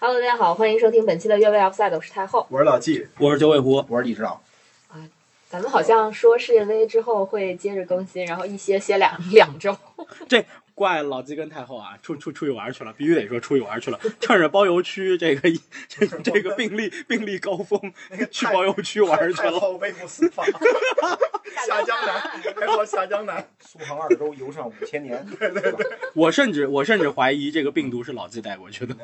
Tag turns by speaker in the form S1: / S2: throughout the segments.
S1: Hello，大家好，欢迎收听本期的越位 Offside，我是太后。
S2: 我是老纪，
S3: 我是九尾狐，
S4: 我是李指导，
S1: 咱们好像说世界杯之后会接着更新，然后一歇歇两 两周。
S3: 怪老纪跟太后啊，出出出去玩去了，必须得说出去玩去了，趁着包邮区这个 这个这个病例病例高峰，
S2: 那个
S3: 去包邮区玩去
S2: 太
S3: 了。
S2: 后被捕死 法，下江南，太后下江南，
S4: 苏杭二州游上五千年，对对对，
S3: 我甚至我甚至怀疑这个病毒是老纪带过去的。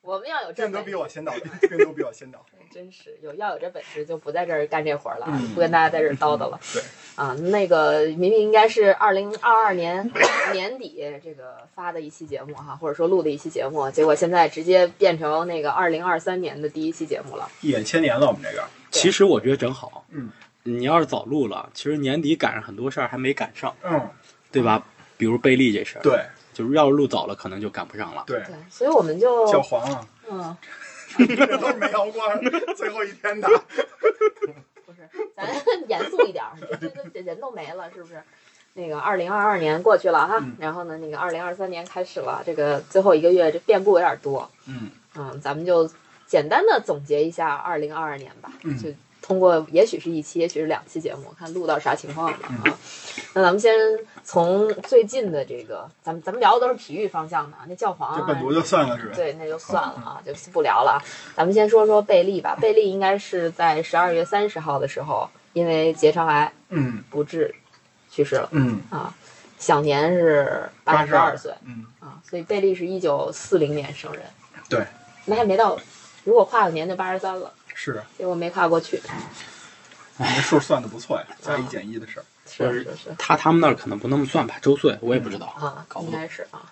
S1: 我们要有这
S2: 病毒
S1: 本
S2: 比
S1: 事，
S2: 我先到，病毒比我先到。
S1: 真是有要有这本事，就不在这儿干这活了，
S2: 嗯
S1: 不跟大家在这儿叨叨了。
S2: 对，
S1: 啊，那个明明应该是二零二二年 年底这个发的一期节目哈、或者说录的一期节目，结果现在直接变成那个二零二三年的第一期节目了。
S2: 一眼千年了，我们这个，
S3: 其实我觉得正好，
S2: 嗯，
S3: 你要是早录了，其实年底赶上很多事儿还没赶上，
S2: 嗯，
S3: 对吧？比如贝利这事儿，，
S2: 对
S3: 就是要是录早了，可能就赶不上了。
S2: 对
S1: 对，，所以我们就
S2: 叫黄啊，
S1: 嗯，
S2: 这都是煤油罐， 最后一天的，
S1: 不是，咱严肃一点儿，这这这人都没了，是不是？那个二零二二年过去了哈，
S2: 嗯
S1: 然后呢，那个二零二三年开始了，这个最后一个月这变故有点多，
S2: 嗯
S1: 嗯，咱们就简单的总结一下二零二二年吧，
S2: 嗯
S1: 就通过也许是一期，也许是两期节目，看录到啥情况了
S2: 嗯
S1: 啊。那咱们先从最近的这个，咱们咱们聊的都是体育方向的啊，那教皇、啊、
S2: 这本毒就算了是吧？
S1: 对，那就算了啊，就不聊了啊。咱们先说说贝利吧。贝利应该是在十二月三十号的时候，因为结肠癌
S2: 嗯
S1: 不治去世了
S2: 嗯
S1: 啊，享年是八十二
S2: 82
S1: 岁
S2: 嗯，
S1: 啊。所以贝利是一九四零年生人，
S2: 对，
S1: 那还没到，如果跨个年就八十三了，
S2: 是，
S1: 结果没跨过去。
S2: 你这数算的 不错呀，加一减一的事儿，
S3: 就是是
S1: 是是
S3: 他他们那儿可能不那么算吧，周岁我也不知道。
S1: 啊，
S3: 搞不
S1: 应
S3: 懂
S1: 该是啊。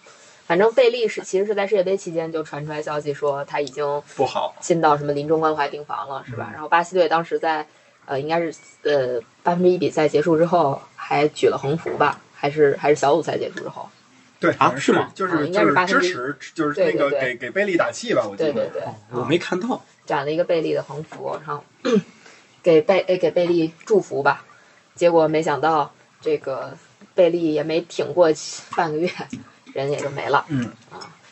S1: 反正贝利是其实是在世界杯期间就传出来消息说他已经
S2: 不好，
S1: 进到什么临终关怀病房了，是吧？
S2: 嗯
S1: 然后巴西队当时在呃，应该是呃八分之一比赛结束之后，还举了横幅吧，还是还是小组赛结束之后，
S2: 对，
S3: 啊
S2: 好像是
S3: 是吗
S2: 就
S1: 啊
S2: 是
S1: 应该
S2: 就是是
S1: 八
S2: 支
S1: 分之一
S2: 持，就是
S1: 对对
S2: 那个
S1: 对
S2: 给给贝利打气吧，我记
S1: 对对
S2: 得，
S1: 对，
S3: 哦我
S1: 啊
S3: 没看到，
S1: 展了一个贝利的横幅，然后 给贝呃给贝利祝福吧，结果没想到这个贝利也没挺过半个月，人也就没了。
S2: 嗯，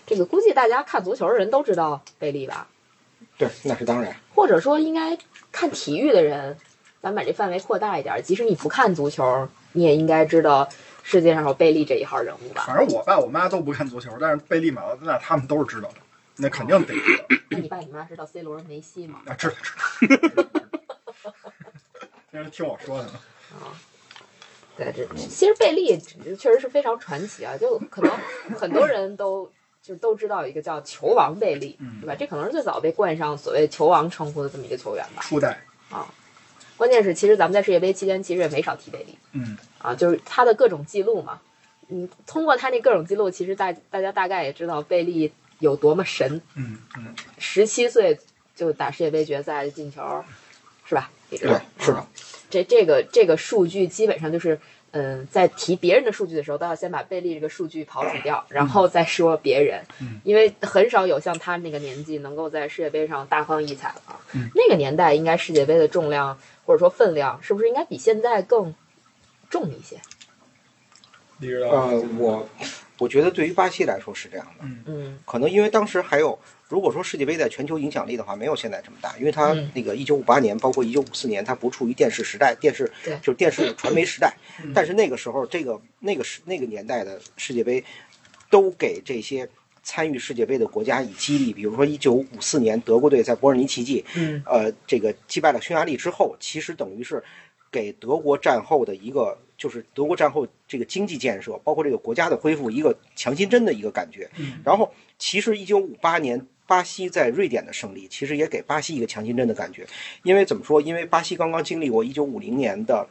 S1: 这个估计大家看足球的人都知道贝利吧，
S4: 对，那是当然。
S1: 或者说应该看体育的人，咱把这范围扩大一点儿。即使你不看足球，你也应该知道世界上有贝利这一号人物吧？
S2: 反正我爸我妈都不看足球，但是贝利、马拉多纳他们都是知道的，
S1: 哦
S2: 那肯定得知道。
S1: 那你爸你妈知道 C 罗、梅西吗？
S2: 啊，知道知道。 那是听我说的呢。
S1: 啊，对，这其实贝利确实是非常传奇啊，就可能很多人都就都知道有一个叫球王贝利，
S2: 嗯
S1: 对吧？这可能是最早被冠上所谓球王称呼的这么一个球员吧。
S2: 初代，
S1: 关键是，其实咱们在世界杯期间其实也没少提贝利。
S2: 嗯，
S1: 啊，就是他的各种记录嘛。嗯，通过他那各种记录，其实大大家大概也知道贝利有多么神。
S2: 嗯嗯，
S1: 十七岁就打世界杯决赛进球，是吧？也知道
S4: 对，是啊的，
S1: 这这个这个数据基本上就是，嗯，在提别人的数据的时候，都要先把贝利这个数据刨除掉，然后再说别人，
S2: 嗯
S1: 因为很少有像他那个年纪能够在世界杯上大放异彩了啊。
S2: 嗯
S1: 那个年代应该世界杯的重量或者说分量，是不是应该比现在更重一些？
S2: 你知道吗？
S4: 呃，我我觉得对于巴西来说是这样的，
S2: 嗯
S1: 嗯
S4: 可能因为当时还有，如果说世界杯在全球影响力的话，没有现在这么大，因为它
S1: 嗯
S4: 那个一九五八年，包括一九五四年，它不处于电视时代，电视
S1: 对
S4: 就是电视传媒时代
S2: 嗯，
S4: 但是那个时候，这个那个时那个年代的世界杯，都给这些。参与世界杯的国家以激励，比如说一九五四年德国队在伯尔尼奇迹，
S1: 嗯，
S4: 呃，这个击败了匈牙利之后，其实等于是给德国战后的一个，就是德国战后这个经济建设，包括这个国家的恢复，一个强心针的一个感觉。
S2: 嗯
S4: 然后，其实一九五八年巴西在瑞典的胜利，其实也给巴西一个强心针的感觉，因为怎么说？因为巴西刚刚经历过一九五零年的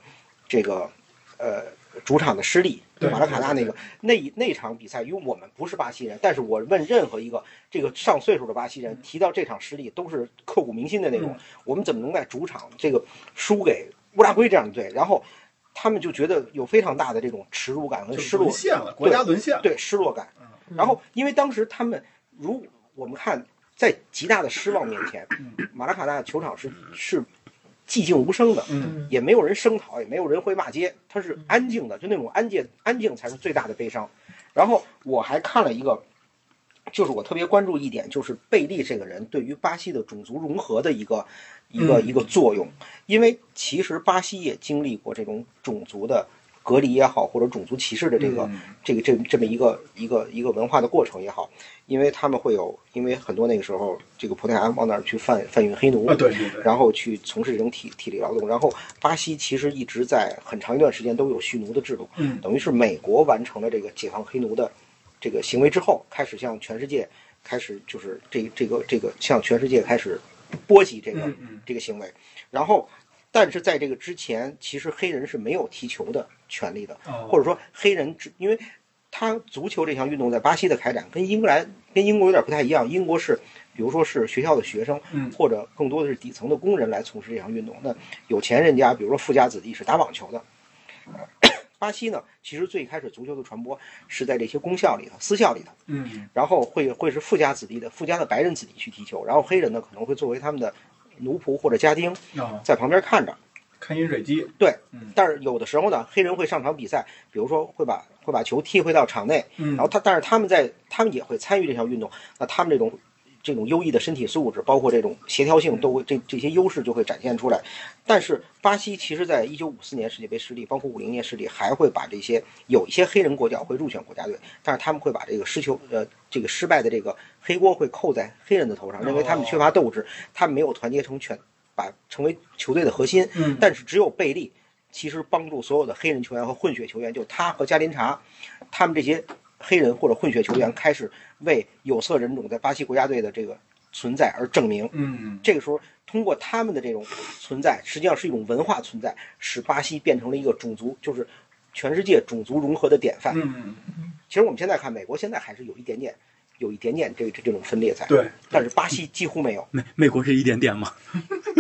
S4: 这个呃主场的失利，
S2: 对
S4: 马拉卡纳那个那一那场比赛，因为我们不是巴西人，但是我问任何一个这个上岁数的巴西
S2: 嗯
S4: 人，提到这场失利都是刻骨铭心的那种。我们怎么能在主场这个输给乌拉圭这样的队？然后他们就觉得有非常大的这种耻辱感和
S2: 就
S4: 失
S2: 是
S4: 落
S2: 沦，陷了，国家沦陷了。
S4: 对失落感。
S1: 嗯
S2: 嗯
S4: 然后，因为当时他们如我们看，在极大的失望面前
S2: 嗯，
S4: 马拉卡纳球场是是寂静无声的，
S2: 嗯，
S1: 嗯
S4: 也没有人声讨，也没有人会骂街，它是安静的，就那种安静，安静才是最大的悲伤。然后我还看了一个就是我特别关注一点，就是贝利这个人对于巴西的种族融合的一个一个
S2: 嗯
S4: 一个作用，因为其实巴西也经历过这种种族的隔离也好，或者种族歧视的这个、
S2: 嗯
S4: 这个这这么一个一个一个文化的过程也好，因为他们会有，因为很多那个时候这个葡萄牙往那儿去贩贩运黑奴
S2: 啊，对对对，
S4: 然后去从事这种体体力劳动。然后巴西其实一直在很长一段时间都有蓄奴的制度，
S2: 嗯
S4: 等于是美国完成了这个解放黑奴的这个行为之后，开始向全世界开始就是这这个这个向全世界开始波及这个、
S2: 嗯嗯
S4: 这个行为。然后，但是在这个之前，其实黑人是没有踢球的权利的，
S2: 哦
S4: 或者说黑人只因为他足球这项运动在巴西的开展跟英格兰跟英国有点不太一样，英国是比如说是学校的学生，
S2: 嗯
S4: 或者更多的是底层的工人来从事这项运动。那有钱人家，比如说富家子弟是打网球的。 巴西呢，其实最开始足球的传播是在这些公校里头、私校里头，
S2: 嗯
S4: 然后会会是富家子弟的富家的白人子弟去踢球，然后黑人呢可能会作为他们的奴仆或者家丁
S2: 啊，
S4: 在旁边看着。
S2: 看饮水机，
S4: 但是有的时候呢，黑人会上场比赛，比如说会把会把球踢回到场内，
S2: 嗯，
S4: 然后他但是他们在他们也会参与这项运动，那他们这种这种优异的身体素质，包括这种协调性，都会这这些优势就会展现出来。但是巴西其实在一九五四年世界杯失利，包括五零年失利，还会把这些有一些黑人国脚会入选国家队，但是他们会把这个失球呃这个失败的这个黑锅会扣在黑人的头上，认为他们缺乏斗志，他们没有团结成全，把成为球队的核心。
S2: 嗯，
S4: 但是只有贝利其实帮助所有的黑人球员和混血球员，就他和加林查，他们这些黑人或者混血球员开始为有色人种在巴西国家队的这个存在而证明。
S2: 嗯
S4: 这个时候，通过他们的这种存在，实际上是一种文化存在，使巴西变成了一个种族，就是全世界种族融合的典范。
S2: 嗯，
S4: 其实我们现在看，美国现在还是有一点点，有一点点这这这种分裂在，
S2: 对，
S4: 但是巴西几乎没有，
S3: 美美国是一点点吗？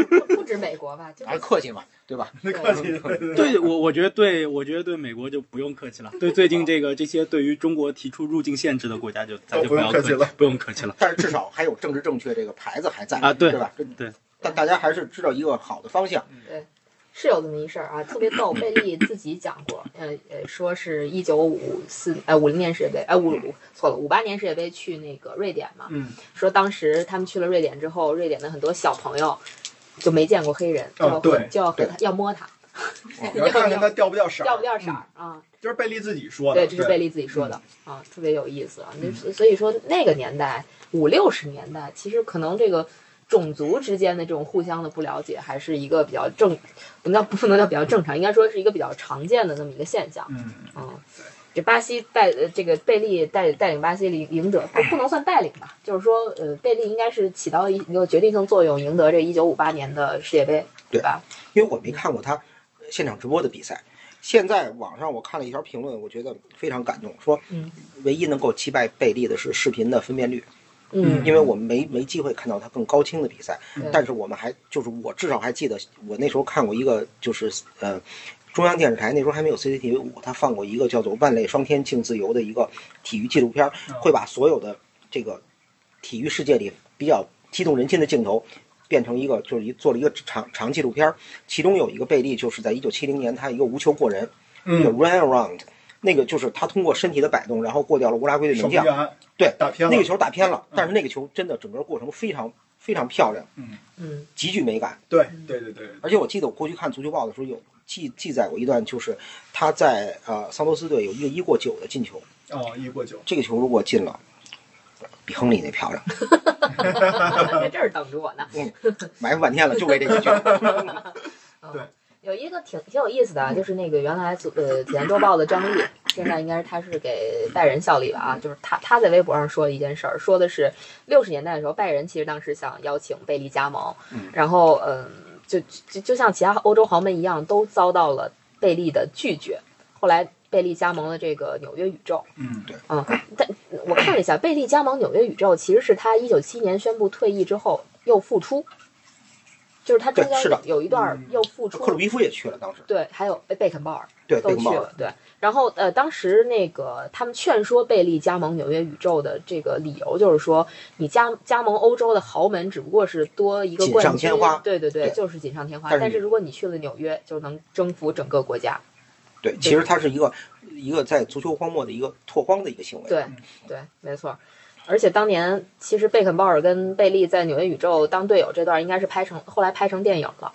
S1: 不不止美国吧，就
S4: 还
S1: 是
S4: 客气嘛，对吧？
S2: 那客气，对对 对，
S3: 对我，我觉得对，我觉得对美国就不用客气了。对最近这个这些对于中国提出入境限制的国家就，
S4: 哦
S3: 咱就
S2: 不用
S3: 要
S2: 客
S3: 客
S2: 气了，
S3: 不用客气了。
S4: 但是至少还有政治正确这个牌子还在
S3: 啊对
S4: 对吧？这
S3: 对，
S4: 但大家还是知道一个好的方向。
S1: 是有这么一事儿啊，特别逗。贝利自己讲过，呃呃，说是一九五四呃五零年世界杯，哎五
S4: 嗯
S1: 错了五八年世界杯去那个瑞典嘛，
S2: 嗯
S1: 说当时他们去了瑞典之后，瑞典的很多小朋友就没见过黑人，
S4: 哦
S1: 就要
S2: 啊对
S1: 就要和他要摸他，
S2: 你要看看他掉不掉色儿，
S1: 掉不掉色儿
S4: 嗯
S1: 啊？
S2: 就是贝利自己说的，嗯
S1: 对，这是贝利自己说的啊，特别有意思啊。那所所以说那个年代五六十年代，其实可能这个种族之间的这种互相的不了解，还是一个比较正，不能叫不能叫比较正常，应该说是一个比较常见的这么一个现象。
S2: 嗯，
S1: 嗯，这巴西带呃这个贝利带带领巴西赢赢得不不能算带领吧，就是说呃贝利应该是起到一个决定性作用，赢得这一九五八年的世界杯，对吧？
S4: 因为我没看过他现场直播的比赛。现在网上我看了一条评论，我觉得非常感动，说
S1: 嗯
S4: 唯一能够击败贝利的是视频的分辨率，
S1: 嗯
S2: 嗯
S4: 因为我们没没机会看到他更高清的比赛
S1: 嗯，
S4: 但是我们还就是我至少还记得我那时候看过一个就是呃中央电视台那时候还没有 CCTV 五，他放过一个叫做《万类霜天竞自由》的一个体育纪录片，
S2: 嗯
S4: 会把所有的这个体育世界里比较激动人心的镜头。变成一个就是一做了一个长长纪录片儿，其中有一个贝利就是在一九七零年他一个无球过人，叫
S2: 嗯，
S4: run around，那个就是他通过身体的摆动，然后过掉了乌拉圭的
S2: 手
S4: 门
S2: 臂
S4: 将，
S2: 员
S4: 对
S2: 打偏了，
S4: 那个球打偏了
S2: 嗯，
S4: 但是那个球真的整个过程非常非常漂亮，
S1: 嗯
S4: 极具美感。
S2: 对对对对，
S4: 而且我记得我过去看足球报的时候有记记载过一段，就是他在呃桑托斯队有一个一过九的进球，
S2: 哦，一过九，
S4: 这个球如果进了，比亨利那漂亮，
S1: 在这儿等着我呢。
S4: 埋伏半天了，就为这 个球。
S1: 嗯
S2: 对，
S1: 有一个挺挺有意思的啊，就是那个原来组呃《济南周报》的张力，现在应该是他是给拜仁效力了啊，就是他他在微博上说了一件事儿，说的是六十年代的时候，拜仁其实当时想邀请贝利加盟，
S4: 嗯
S1: 然后嗯、就就就像其他欧洲豪门一样，都遭到了贝利的拒绝，后来。贝利加盟了这个纽约宇宙，
S2: 嗯，对，
S1: 嗯，但我看了一下，贝利加盟纽约宇宙其实是他一九七年宣布退役之后又复出，就是他中
S4: 对是的
S1: 间有一段
S2: 嗯
S1: 又复出，
S4: 克鲁伊夫也去了，当时
S1: 对，还有贝肯鲍尔
S4: 对贝
S1: 都
S4: 肯
S1: 去
S4: 鲍尔
S1: 了，对。然后呃，当时那个他们劝说贝利加盟纽约宇宙的这个理由就是说，你加加盟欧洲的豪门只不过是多一个
S4: 锦
S1: 冠军，
S4: 上添花
S1: 对对对，
S4: 对
S1: 就是锦上添花。
S4: 但是
S1: 但
S4: 你
S1: 是如果你去了纽约，就能征服整个国家。
S4: 对，其实他是一个一个在足球荒漠的一个拓荒的一个行为。
S1: 对对，没错。而且当年其实贝肯鲍尔跟贝利在纽约宇宙当队友这段，应该是拍成后来拍成电影了，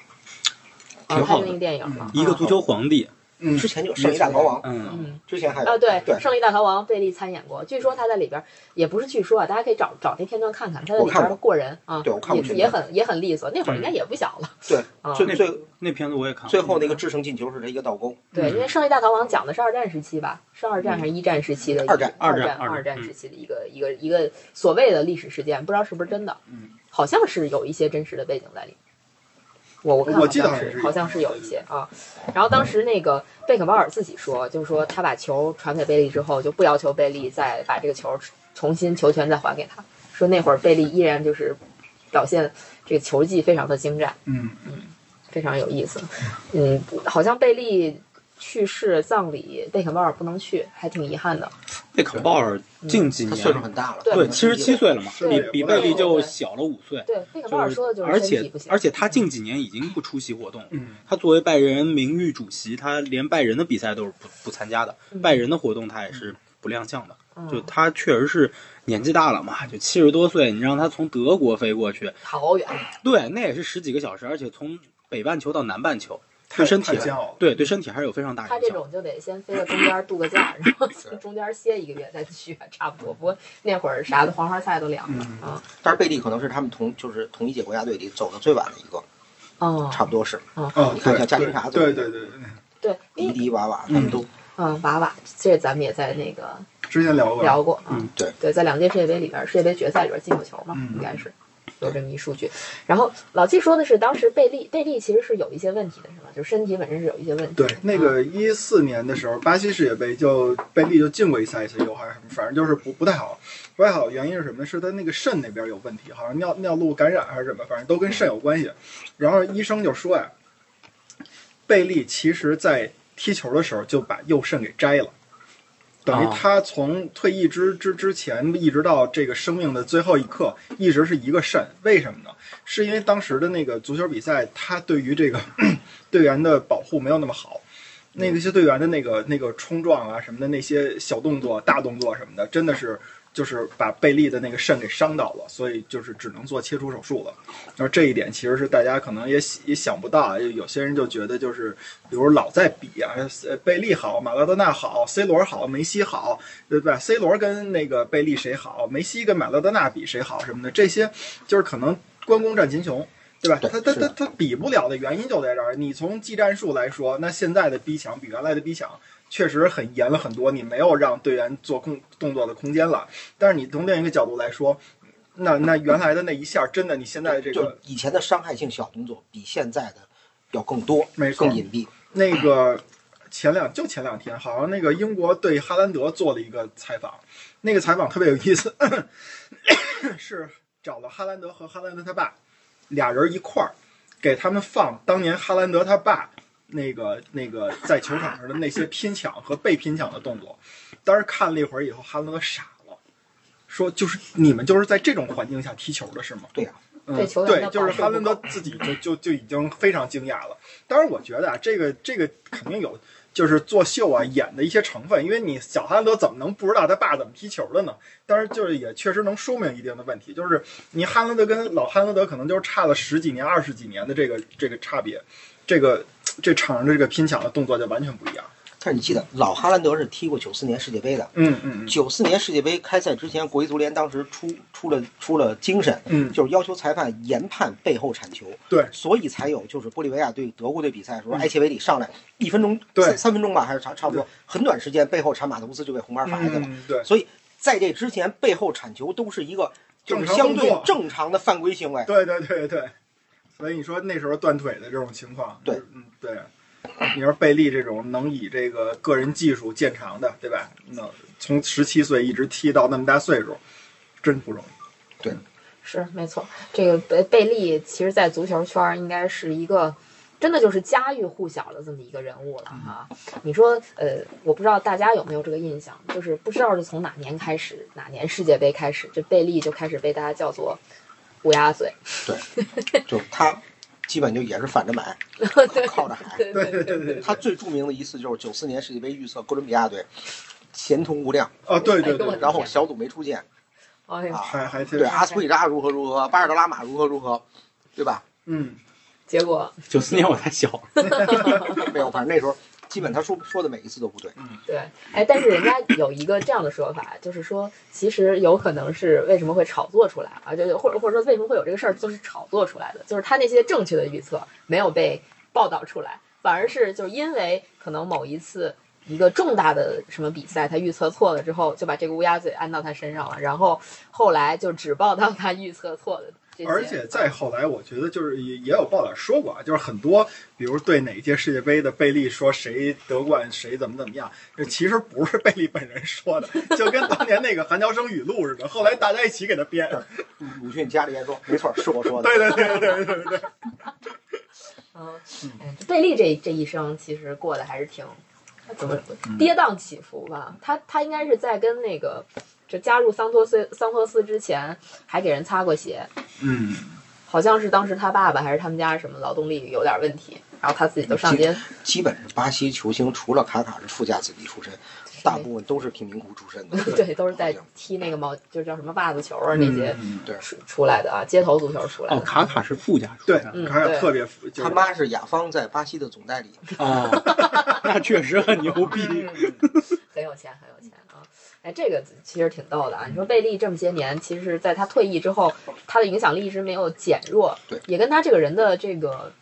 S1: 啊，
S3: 挺
S1: 拍
S3: 好
S1: 成一
S3: 的
S1: 个电影
S4: 嗯
S1: 了。啊
S3: 一个足球皇
S4: 哦
S3: 帝，
S2: 嗯
S4: 之，前就有《圣衣大逃亡》，
S3: 嗯，
S1: 嗯
S4: 之前还有
S1: 啊，对，
S4: 对
S1: 《胜利大逃亡》贝利参演过，据说他在里边也不是据说啊，大家可以找找那片段看看，他在
S4: 我
S1: 里
S4: 看
S1: 边
S4: 过
S1: 过人啊，
S4: 对我看过
S1: 也
S4: 片
S1: 也
S4: 段嗯
S1: 很也很利索，那会儿应该也不小了。
S4: 对
S1: 啊，
S4: 最
S3: 那
S4: 最
S3: 那片子我也看了。
S4: 最啊后那个制胜进球是他一个倒钩，
S1: 对，因为《胜利大逃亡》讲的是二战时期吧，是二战
S3: 嗯
S1: 还是一战时期的一个
S4: 二战
S1: 二
S3: 二战二战
S1: 二战
S3: 嗯
S1: 时期的一个一个一个所谓的历史事件，不知道是不是真的，
S2: 嗯，
S1: 好像是有一些真实的背景在里面。我我看
S2: 我记得
S1: 好
S2: 好
S1: 像是
S2: 像是
S1: 好像是有一些啊，然后当时那个贝肯鲍尔自己说，就是说他把球传给贝利之后，就不要求贝利再把这个球重新球权再还给他，说那会儿贝利依然就是表现这个球技非常的精湛。
S2: 嗯，
S1: 非常有意思。嗯，好像贝利去世葬礼，贝肯鲍尔不能去，还挺遗憾的。
S3: 贝肯鲍尔近几
S4: 嗯他岁数
S3: 年，
S4: 很大了，
S1: 对
S3: 对，七十七岁了嘛，
S2: 是
S3: 比
S2: 的
S3: 比
S2: 我也
S3: 贝利就
S1: 对
S3: 小了五岁。
S1: 对，贝肯鲍
S3: 就
S1: 尔
S3: 是
S1: 说的就
S3: 而
S1: 是身体
S3: 且
S1: 不行，
S3: 而且他近几年已经不出席活动了。
S2: 嗯
S3: 他作为拜仁名誉主席，他连拜仁的比赛都是不不参加的，
S1: 嗯
S3: 拜仁的活动他也是不亮相的。
S1: 嗯
S3: 就他确实是年纪大了嘛，就七十多岁，你让他从德国飞过去，
S1: 好远，
S3: 对，那也是十几个小时，而且从北半球到南半球，
S2: 太
S3: 对身
S2: 太
S3: 体
S2: 煎熬了。
S3: 对对身体还是有非常大
S1: 他
S3: 影
S1: 这
S3: 响。
S1: 种就得先飞到中间度个假，然后从中间歇一个月再去，差不多。不过那会儿啥的黄花菜都凉了
S2: 嗯
S1: 啊，
S4: 但是贝利可能是他们同就是同一届国家队里走的最晚的一个，
S1: 哦，
S4: 差不多是
S2: 哦，
S4: 你看
S2: 对
S4: 像加金卡
S2: 对对对对，
S1: 对，
S4: 迪
S1: 因为
S4: 迪娃娃他们都
S1: 嗯，娃娃，这咱们也在那个
S2: 之前聊过，
S1: 聊过啊，
S3: 嗯
S4: 对
S1: 在两届世界杯里边，世界杯决赛里边进过球嘛，
S2: 嗯
S1: 应该是有这么一数据。然后老季说的是，当时贝利贝利其实是有一些问题的，是吧？就身体本身是有一些问题。啊
S2: 对，那个一四年的时候，巴西世界杯就贝利就进过一赛一次油还是什么，反正就是不不太好，不太好。原因是什么呢？是他那个肾那边有问题，好像尿尿路感染还是什么，反正都跟肾有关系。然后医生就说呀，贝利其实在踢球的时候就把右肾给摘了。等于
S3: 哦
S2: 他从退役之之之前，一直到这个生命的最后一刻，一直是一个肾。为什么呢？是因为当时的那个足球比赛，他对于这个 队员的保护没有那么好，那那些队员的那个那个冲撞啊什么的那些小动作、大动作什么的，真的是就是把贝利的那个肾给伤到了，所以就是只能做切除手术了。然后这一点其实是大家可能也喜也想不到啊，有些人就觉得就是，比如老在比啊，呃贝利好，马拉多纳好，C 罗好，梅西好，对吧？C 罗跟那个贝利谁好，梅西跟马拉多纳比谁好什么的，这些就是可能关公战秦琼。对吧？
S4: 对
S2: 他他
S4: 是
S2: 他
S4: 的
S2: 他比不了的原因就在这儿。你从技战术来说，那现在的逼抢比原来的逼抢确实很严了很多，你没有让队员做空动作的空间了。但是你从另一个角度来说，那那原来的那一下，真的你现在这
S4: 就
S2: 个
S4: 以前的伤害性小动作比现在的要更多，
S2: 没错
S4: 更隐蔽。
S2: 那个前两就前两天，好像那个英国对哈兰德做了一个采访，那个采访特别有意思，是找了哈兰德和哈兰德他爸俩人一块儿给他们放当年哈兰德他爸那个那个在球场上的那些拼抢和被拼抢的动作。当时看了一会儿以后，哈兰德傻了，说就是你们就是在这种环境下踢球的是吗？
S4: 对呀、
S2: 嗯
S1: 对球员的
S2: 对，就是
S1: 保护
S2: 哈兰德自己就就就已经非常惊讶了。当然，我觉得啊，这个这个肯定有就是作秀啊、演的一些成分，因为你小哈兰德怎么能不知道他爸怎么踢球的呢？当然，就是也确实能说明一定的问题，就是你哈兰德跟老哈兰德可能就是差了十几年、二十几年的这个这个差别，这个这场上的这个拼抢的动作就完全不一样。
S4: 但是你记得老哈兰德是踢过九四年世界杯的，
S2: 嗯嗯嗯
S4: 九四年世界杯开赛之前，国际足联当时出出了出了精神，
S2: 嗯，
S4: 就是要求裁判严判背后铲球。
S2: 对
S4: 所以才有就是玻利维亚对德国队比赛的时候，
S2: 嗯
S4: 埃切维里上来一分钟，
S2: 对
S4: 三三分钟吧，还是差差不多，很短时间背后铲马特乌斯就被红牌罚下去了。
S2: 嗯对，
S4: 所以在这之前，背后铲球都是一个就是相对正常的犯规行为。
S2: 对对对对，所以你说那时候断腿的这种情况，
S4: 对，
S2: 嗯对，你说贝利这种能以这个个人技术见长的，对吧？那从十七岁一直踢到那么大岁数，真不容易。
S1: 是没错，这个贝贝利其实，在足球圈儿应该是一个。真的就是家喻户晓的这么一个人物了
S2: 嗯
S1: 哈、你说，呃，我不知道大家有没有这个印象，就是不知道是从哪年开始，哪年世界杯开始，这贝利就开始被大家叫做“乌鸦嘴
S4: 就他基本就也是反着 买，靠着”。海。
S1: 对
S2: 对对对对，
S4: 他最著名的一次就是九四年世界杯预测哥伦比亚队前途无量，
S2: 哦对对
S1: 哎呦我
S2: 对
S1: 的，
S4: 然后小组没出现，
S1: 哎呀，
S4: 啊，
S2: 还还真
S4: 对，
S2: 是
S4: 阿斯皮里拉如何如何，巴尔德拉马如何如何，对吧？
S2: 嗯，
S1: 结果
S3: 九四年我太小，
S4: 没有，反正那时候基本他说说的每一次都不对。
S2: 嗯
S1: 对，哎，但是人家有一个这样的说法，就是说，其实有可能是为什么会炒作出来啊，就就或者或者说为什么会有这个事儿，就是炒作出来的，就是他那些正确的预测没有被报道出来，反而是就是因为可能某一次一个重大的什么比赛，他预测错了之后，就把这个乌鸦嘴安到他身上了，然后后来就只报道他预测错的这些，
S2: 而且再后来，我觉得就是也也有报道说过啊，就是很多，比如对哪届世界杯的贝利说谁得冠谁怎么怎么样，这其实不是贝利本人说的，就跟当年那个韩乔生语录似的，后来大家一起给他编。
S4: 鲁迅家里也说，没错，是我说的。
S2: 对对对对对对，
S1: 嗯，哎贝利这这一生其实过得还是挺怎么跌宕起伏吧？他他应该是在跟那个就加入桑托斯桑托斯之前，还给人擦过鞋，
S2: 嗯，
S1: 好像是当时他爸爸还是他们家什么劳动力有点问题，然后他自己就上街，
S4: 基本上巴西球星除了卡卡是富家子弟出身，大部分都是贫民窟出身的。
S1: 对，都是在
S4: 好像
S1: 踢那个毛就叫什么袜子球啊那些
S2: 嗯
S4: 对，
S1: 出出来的啊，街头足球出来
S3: 哦，
S1: 的。
S3: 卡卡是富家出
S2: 对
S3: 身，
S1: 嗯
S2: 卡卡
S1: 对
S2: 特别服，就
S4: 他
S2: 是
S4: 妈是雅芳在巴西的总 代理，
S3: 哦，那确实很牛逼。
S1: 很有钱，很有钱啊！哎，这个其实挺逗的啊。你说贝利这么些年，其实在他退役之后，他的影响力一直没有减弱，
S4: 对，
S1: 也跟他这个人的这个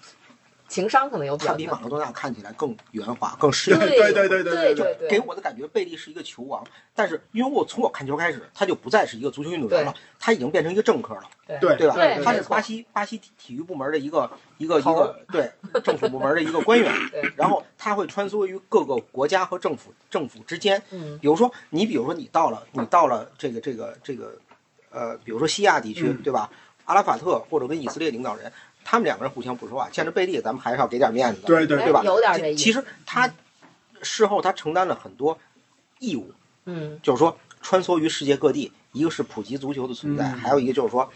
S1: 情商可能有比
S4: 他
S1: 较
S4: 比
S1: 大
S4: 马拉多纳看起来更圆滑、更势
S2: 对
S4: 利。
S2: 对对对
S1: 对
S2: 对
S1: 对对
S4: 给我的感觉，贝利是一个球王，但是因为我从我看球开始，他就不再是一个足球运动员了，他已经变成一个政客了，
S2: 对
S4: 对吧？
S1: 对
S4: 他
S1: 没
S4: 是
S1: 错
S4: 巴西巴西体体育部门的一个一个一
S1: 头儿
S4: 个对政府部门的一个官员
S1: ，对
S4: 然后他会穿梭于各个国家和政府政府之间，
S1: 嗯
S4: 比如说，你比如说你到了你到了这个这个这个，呃，比如说西亚地区，
S2: 嗯
S4: 对吧？阿拉法特或者跟以色列领导人，他们两个人互相不说话，见着贝利，咱们还是要给点面子，
S2: 对嗯对
S1: 哎
S4: 对吧？
S1: 有点这意
S4: 其
S1: 思
S4: 其实他事后他承担了很多义务，
S1: 嗯，
S4: 就是说穿梭于世界各地，一个是普及足球的存在，
S2: 嗯
S4: 还有一个就是说。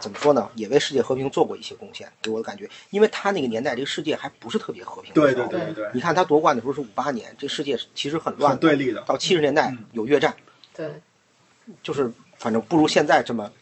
S4: 怎么说呢？也为世界和平做过一些贡献，给我的感觉，因为他那个年代，这个世界还不是特别和平的
S2: 对
S4: 时候
S2: 对对对
S4: 你看他夺冠的时候是五八年，这世界其实很
S2: 对，
S4: 乱
S2: 很
S4: 的，
S2: 对立的，
S4: 到七十年代
S2: 嗯
S4: 有越战，
S1: 对，
S4: 就是反正不如现在这么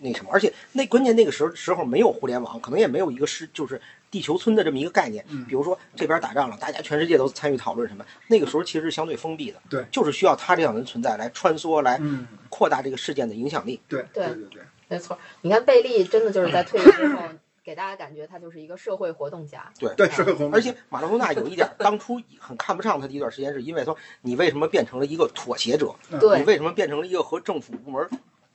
S4: 那什么，而且那关键那个时候时候没有互联网，可能也没有一个是就是地球村的这么一个概念。
S2: 嗯
S4: 比如说这边打仗了，大家全世界都参与讨论什么，那个时候其实是相对封闭的，
S2: 对
S4: 就是需要他这样的人存在来穿梭，来
S2: 嗯，
S4: 扩大这个事件的影响力。
S2: 对
S1: 对
S2: 对对，
S1: 没错。你看贝利真的就是在退役之后，给大家感觉他就是一个社会活动家。
S2: 对社会红，
S4: 而且马拉多纳有一点，当初很看不上他的一段时间，是因为说你为什么变成了一个妥协者？
S2: 嗯
S1: 对
S4: 你为什么变成了一个和政府部门？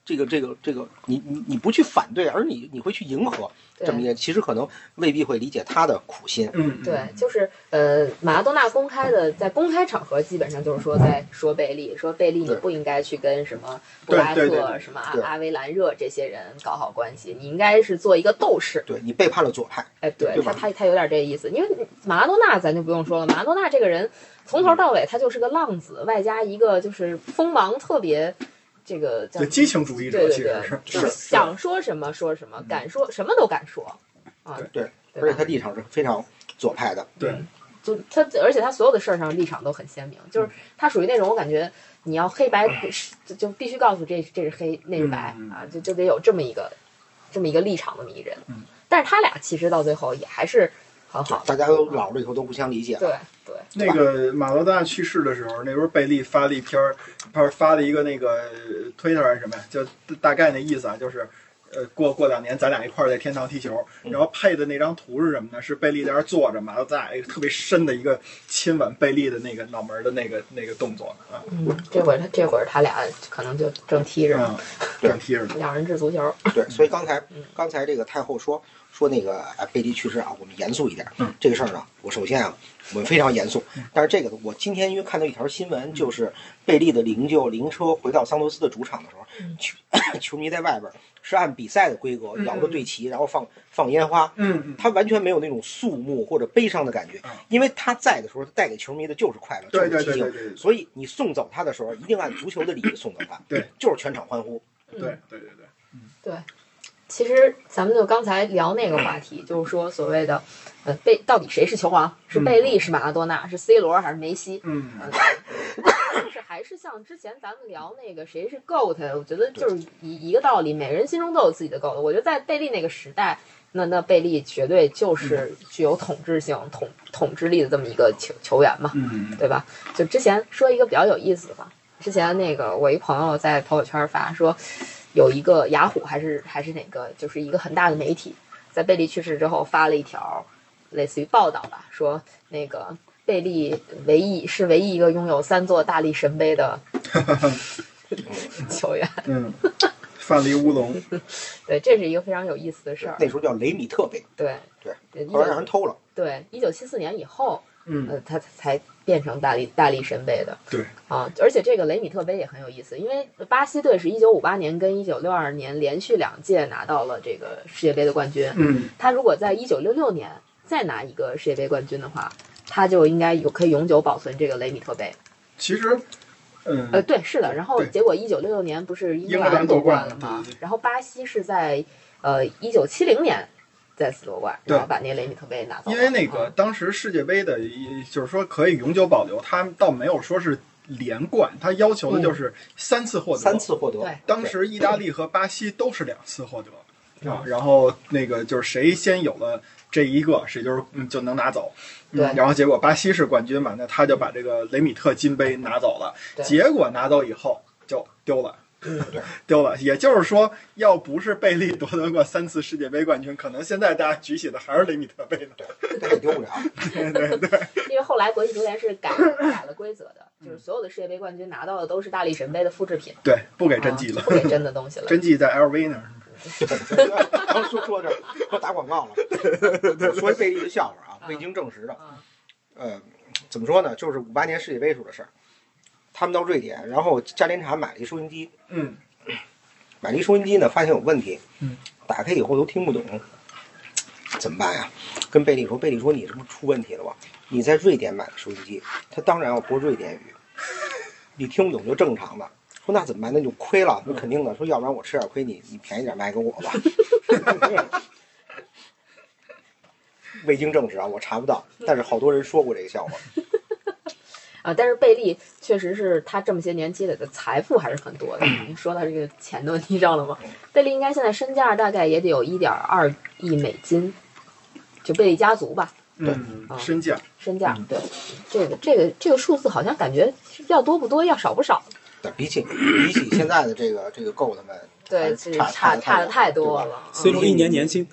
S4: 这个这个这个，你你你不去反对，而你你会去迎合这么一
S1: 对
S4: 个，其实可能未必会理解他的苦心。
S2: 嗯，嗯
S1: 对，就是呃，马拉多纳公开的在公开场合基本上就是说在说贝利，说贝利你
S4: 对
S1: 不应该去跟什么布
S2: 对
S1: 拉
S2: 对对
S1: 特、
S2: 对
S1: 什么
S4: 对
S1: 阿阿维兰热这些人搞好关系，你应该是做一个斗士。
S4: 对你背叛了左派，
S1: 哎，对
S4: 对
S1: 他
S4: 吧
S1: 他他有点这意思，因为马拉多纳咱就不用说了，马拉多纳这个人从头到尾他就是个浪子，外加一个就是锋芒特别这个叫
S2: 就激情主义
S1: 对对
S2: 者其实
S1: 对
S2: 是，
S1: 就是想说什么说什么，敢说什么都敢说啊，
S4: 对，
S1: 对
S4: 而且
S1: 吧
S4: 他？立场是非常左派的。
S2: 对，
S1: 就他，而且他所有的事儿上立场都很鲜明，
S2: 嗯
S1: 就是他属于那种我感觉你要黑白就就必须告诉这这是黑那是白
S2: 嗯嗯
S1: 啊，就就得有这么一个这么一个立场的迷人
S2: 嗯。
S1: 但是他俩其实到最后也还是很
S4: 对
S1: 好，的，
S4: 大家都老了以后都不相理解了。
S1: 对对，
S2: 那个马拉多纳去世的时候，那时候贝利发了一篇儿，不是发了一个那个呃 Twitter 还是什么呀，就大概那意思啊，就是。呃，过过两年咱俩一块儿在天堂踢球，
S4: 嗯
S2: 然后配的那张图是什么呢？是贝利在那儿坐着，马拉多纳一个特别深的一个亲吻贝利的那个脑门儿的那个那个动作啊，
S1: 嗯，这会儿他这会儿他俩可能就正踢着呢，
S2: 嗯，正踢着呢，
S1: 两人制足球，
S4: 对，所以刚才
S1: 嗯
S4: 刚才这个太后说说那个哎贝利去世啊，我们严肃一点。
S2: 嗯
S4: 这个事儿呢，我首先啊，我们非常严肃。
S1: 嗯
S4: 但是这个呢我今天因为看到一条新闻，就是贝利的灵柩灵车回到桑托斯的主场的时候，
S1: 嗯
S4: 球 球迷在外边儿是按比赛的规格
S1: 嗯
S4: 摇着队旗，然后放放烟花。
S2: 嗯嗯，
S4: 他完全没有那种肃穆或者悲伤的感觉
S2: 嗯，
S4: 因为他在的时候带给球迷的就是快乐，就
S2: 对
S4: 是
S2: 对对
S4: 激情
S2: 对。对
S4: 所以你送走他的时候，一定按足球的礼仪送走他，
S2: 对，
S4: 就是全场欢呼。
S1: 嗯
S2: 对对对对，
S1: 其实咱们就刚才聊那个话题，就是说所谓的，呃，贝到底谁是球王？是贝利，是马拉多纳，是 C 罗还是梅西？
S2: 嗯
S1: 嗯，就是还还是像之前咱们聊那个谁是 GOAT，我觉得就是一一个道理，每个人心中都有自己的 GOAT。我觉得在贝利那个时代，那那贝利绝对就是具有统治性、统统治力的这么一个球球员嘛，
S2: 嗯，
S1: 对吧？就之前说一个比较有意思的吧，之前那个我一朋友在朋友圈发说，有一个雅虎还是还是哪个，就是一个很大的媒体，在贝利去世之后发了一条类似于报道吧，说那个贝利唯一是唯一一个拥有三座大力神杯的球员。
S2: 嗯，范蠡乌龙，
S1: 对，这是一个非常有意思的事儿。
S4: 那时候叫雷米特杯，
S1: 对
S4: 对
S1: 对，一
S4: 后来让
S1: 九
S4: 人偷了。
S1: 对一九七四年以后，
S2: 嗯，
S1: 呃，他才变成大力大力神杯的。
S2: 对
S1: 啊，而且这个雷米特杯也很有意思，因为巴西队是一九五八年跟一九六二年连续两届拿到了这个世界杯的冠军。
S2: 嗯，
S1: 他如果在一九六六年再拿一个世界杯冠军的话，他就应该有可以永久保存这个雷米特杯。
S2: 其实，嗯，
S1: 呃，对，是的。然后
S2: 对
S1: 结果一九六六年不是英
S2: 英
S1: 格
S2: 格兰
S1: 夺
S2: 夺冠
S1: 了
S2: 了
S1: 吗
S2: 对对？
S1: 然后巴西是在呃一九七零年再次夺冠，
S2: 对
S1: 然后把那雷米特杯拿走了。
S2: 因为那个
S1: 啊
S2: 当时世界杯的，就是说可以永久保留，他倒没有说是连冠，他要求的就是三次获得。
S4: 嗯三。次获得，
S1: 对
S2: 当时意大利和巴西都是两次获得啊，然后那个就是谁先有了这一个，谁就是嗯就能拿走。
S1: 对
S2: 嗯，然后结果巴西是冠军嘛，那他就把这个雷米特金杯拿走了。
S1: 对
S2: 结果拿走以后就丢了。
S1: 嗯
S4: 对
S2: 丢了，也就是说，要不是贝利夺得过三次世界杯冠军，可能现在大家举起的还是雷米特杯呢。
S4: 对，丢不了。
S1: 因为后来国际足联是 改改了规则的，就是所有的世界杯冠军拿到的都是大力神杯的复制品，
S2: 对，不给真迹了
S1: 啊，不给真的东西了。
S2: 真迹在 LV 那儿。
S4: 刚说说这说打广告了，我说一贝利的笑话啊，未经证实的。
S1: 啊
S4: 呃，怎么说呢？就是五八年世界杯时候的事儿。他们到瑞典，然后加林查买了一收音机，
S2: 嗯
S4: 买了一收音机呢，发现有问题，
S2: 嗯，
S4: 打开以后都听不懂，怎么办呀？跟贝利说，贝利说你这不出问题了吗？你在瑞典买的收音机，他当然要播瑞典语，你听不懂就正常的。说那怎么办？那就亏了，那肯定的。说要不然我吃点亏你，你便宜点卖给我吧。未经证实啊，我查不到，但是好多人说过这个笑话。
S1: 啊！但是贝利确实是他这么些年积累的财富还是很多的。您说到这个钱的问题上了吗？贝利应该现在身价大概也得有一点二亿美金，就贝利家族吧，
S2: 嗯
S1: 啊，
S2: 身价。
S1: 身价。对，这个这个这个数字好像感觉要多不多，要少不少。
S4: 但比起比起现在的这个这个 Gold 们，
S1: 对，
S4: 还
S1: 这
S4: 是
S1: 个差
S4: 差
S1: 的
S4: 得
S1: 太
S4: 太
S1: 多
S4: 多
S1: 了。
S3: C
S1: 嗯
S3: 罗一年年薪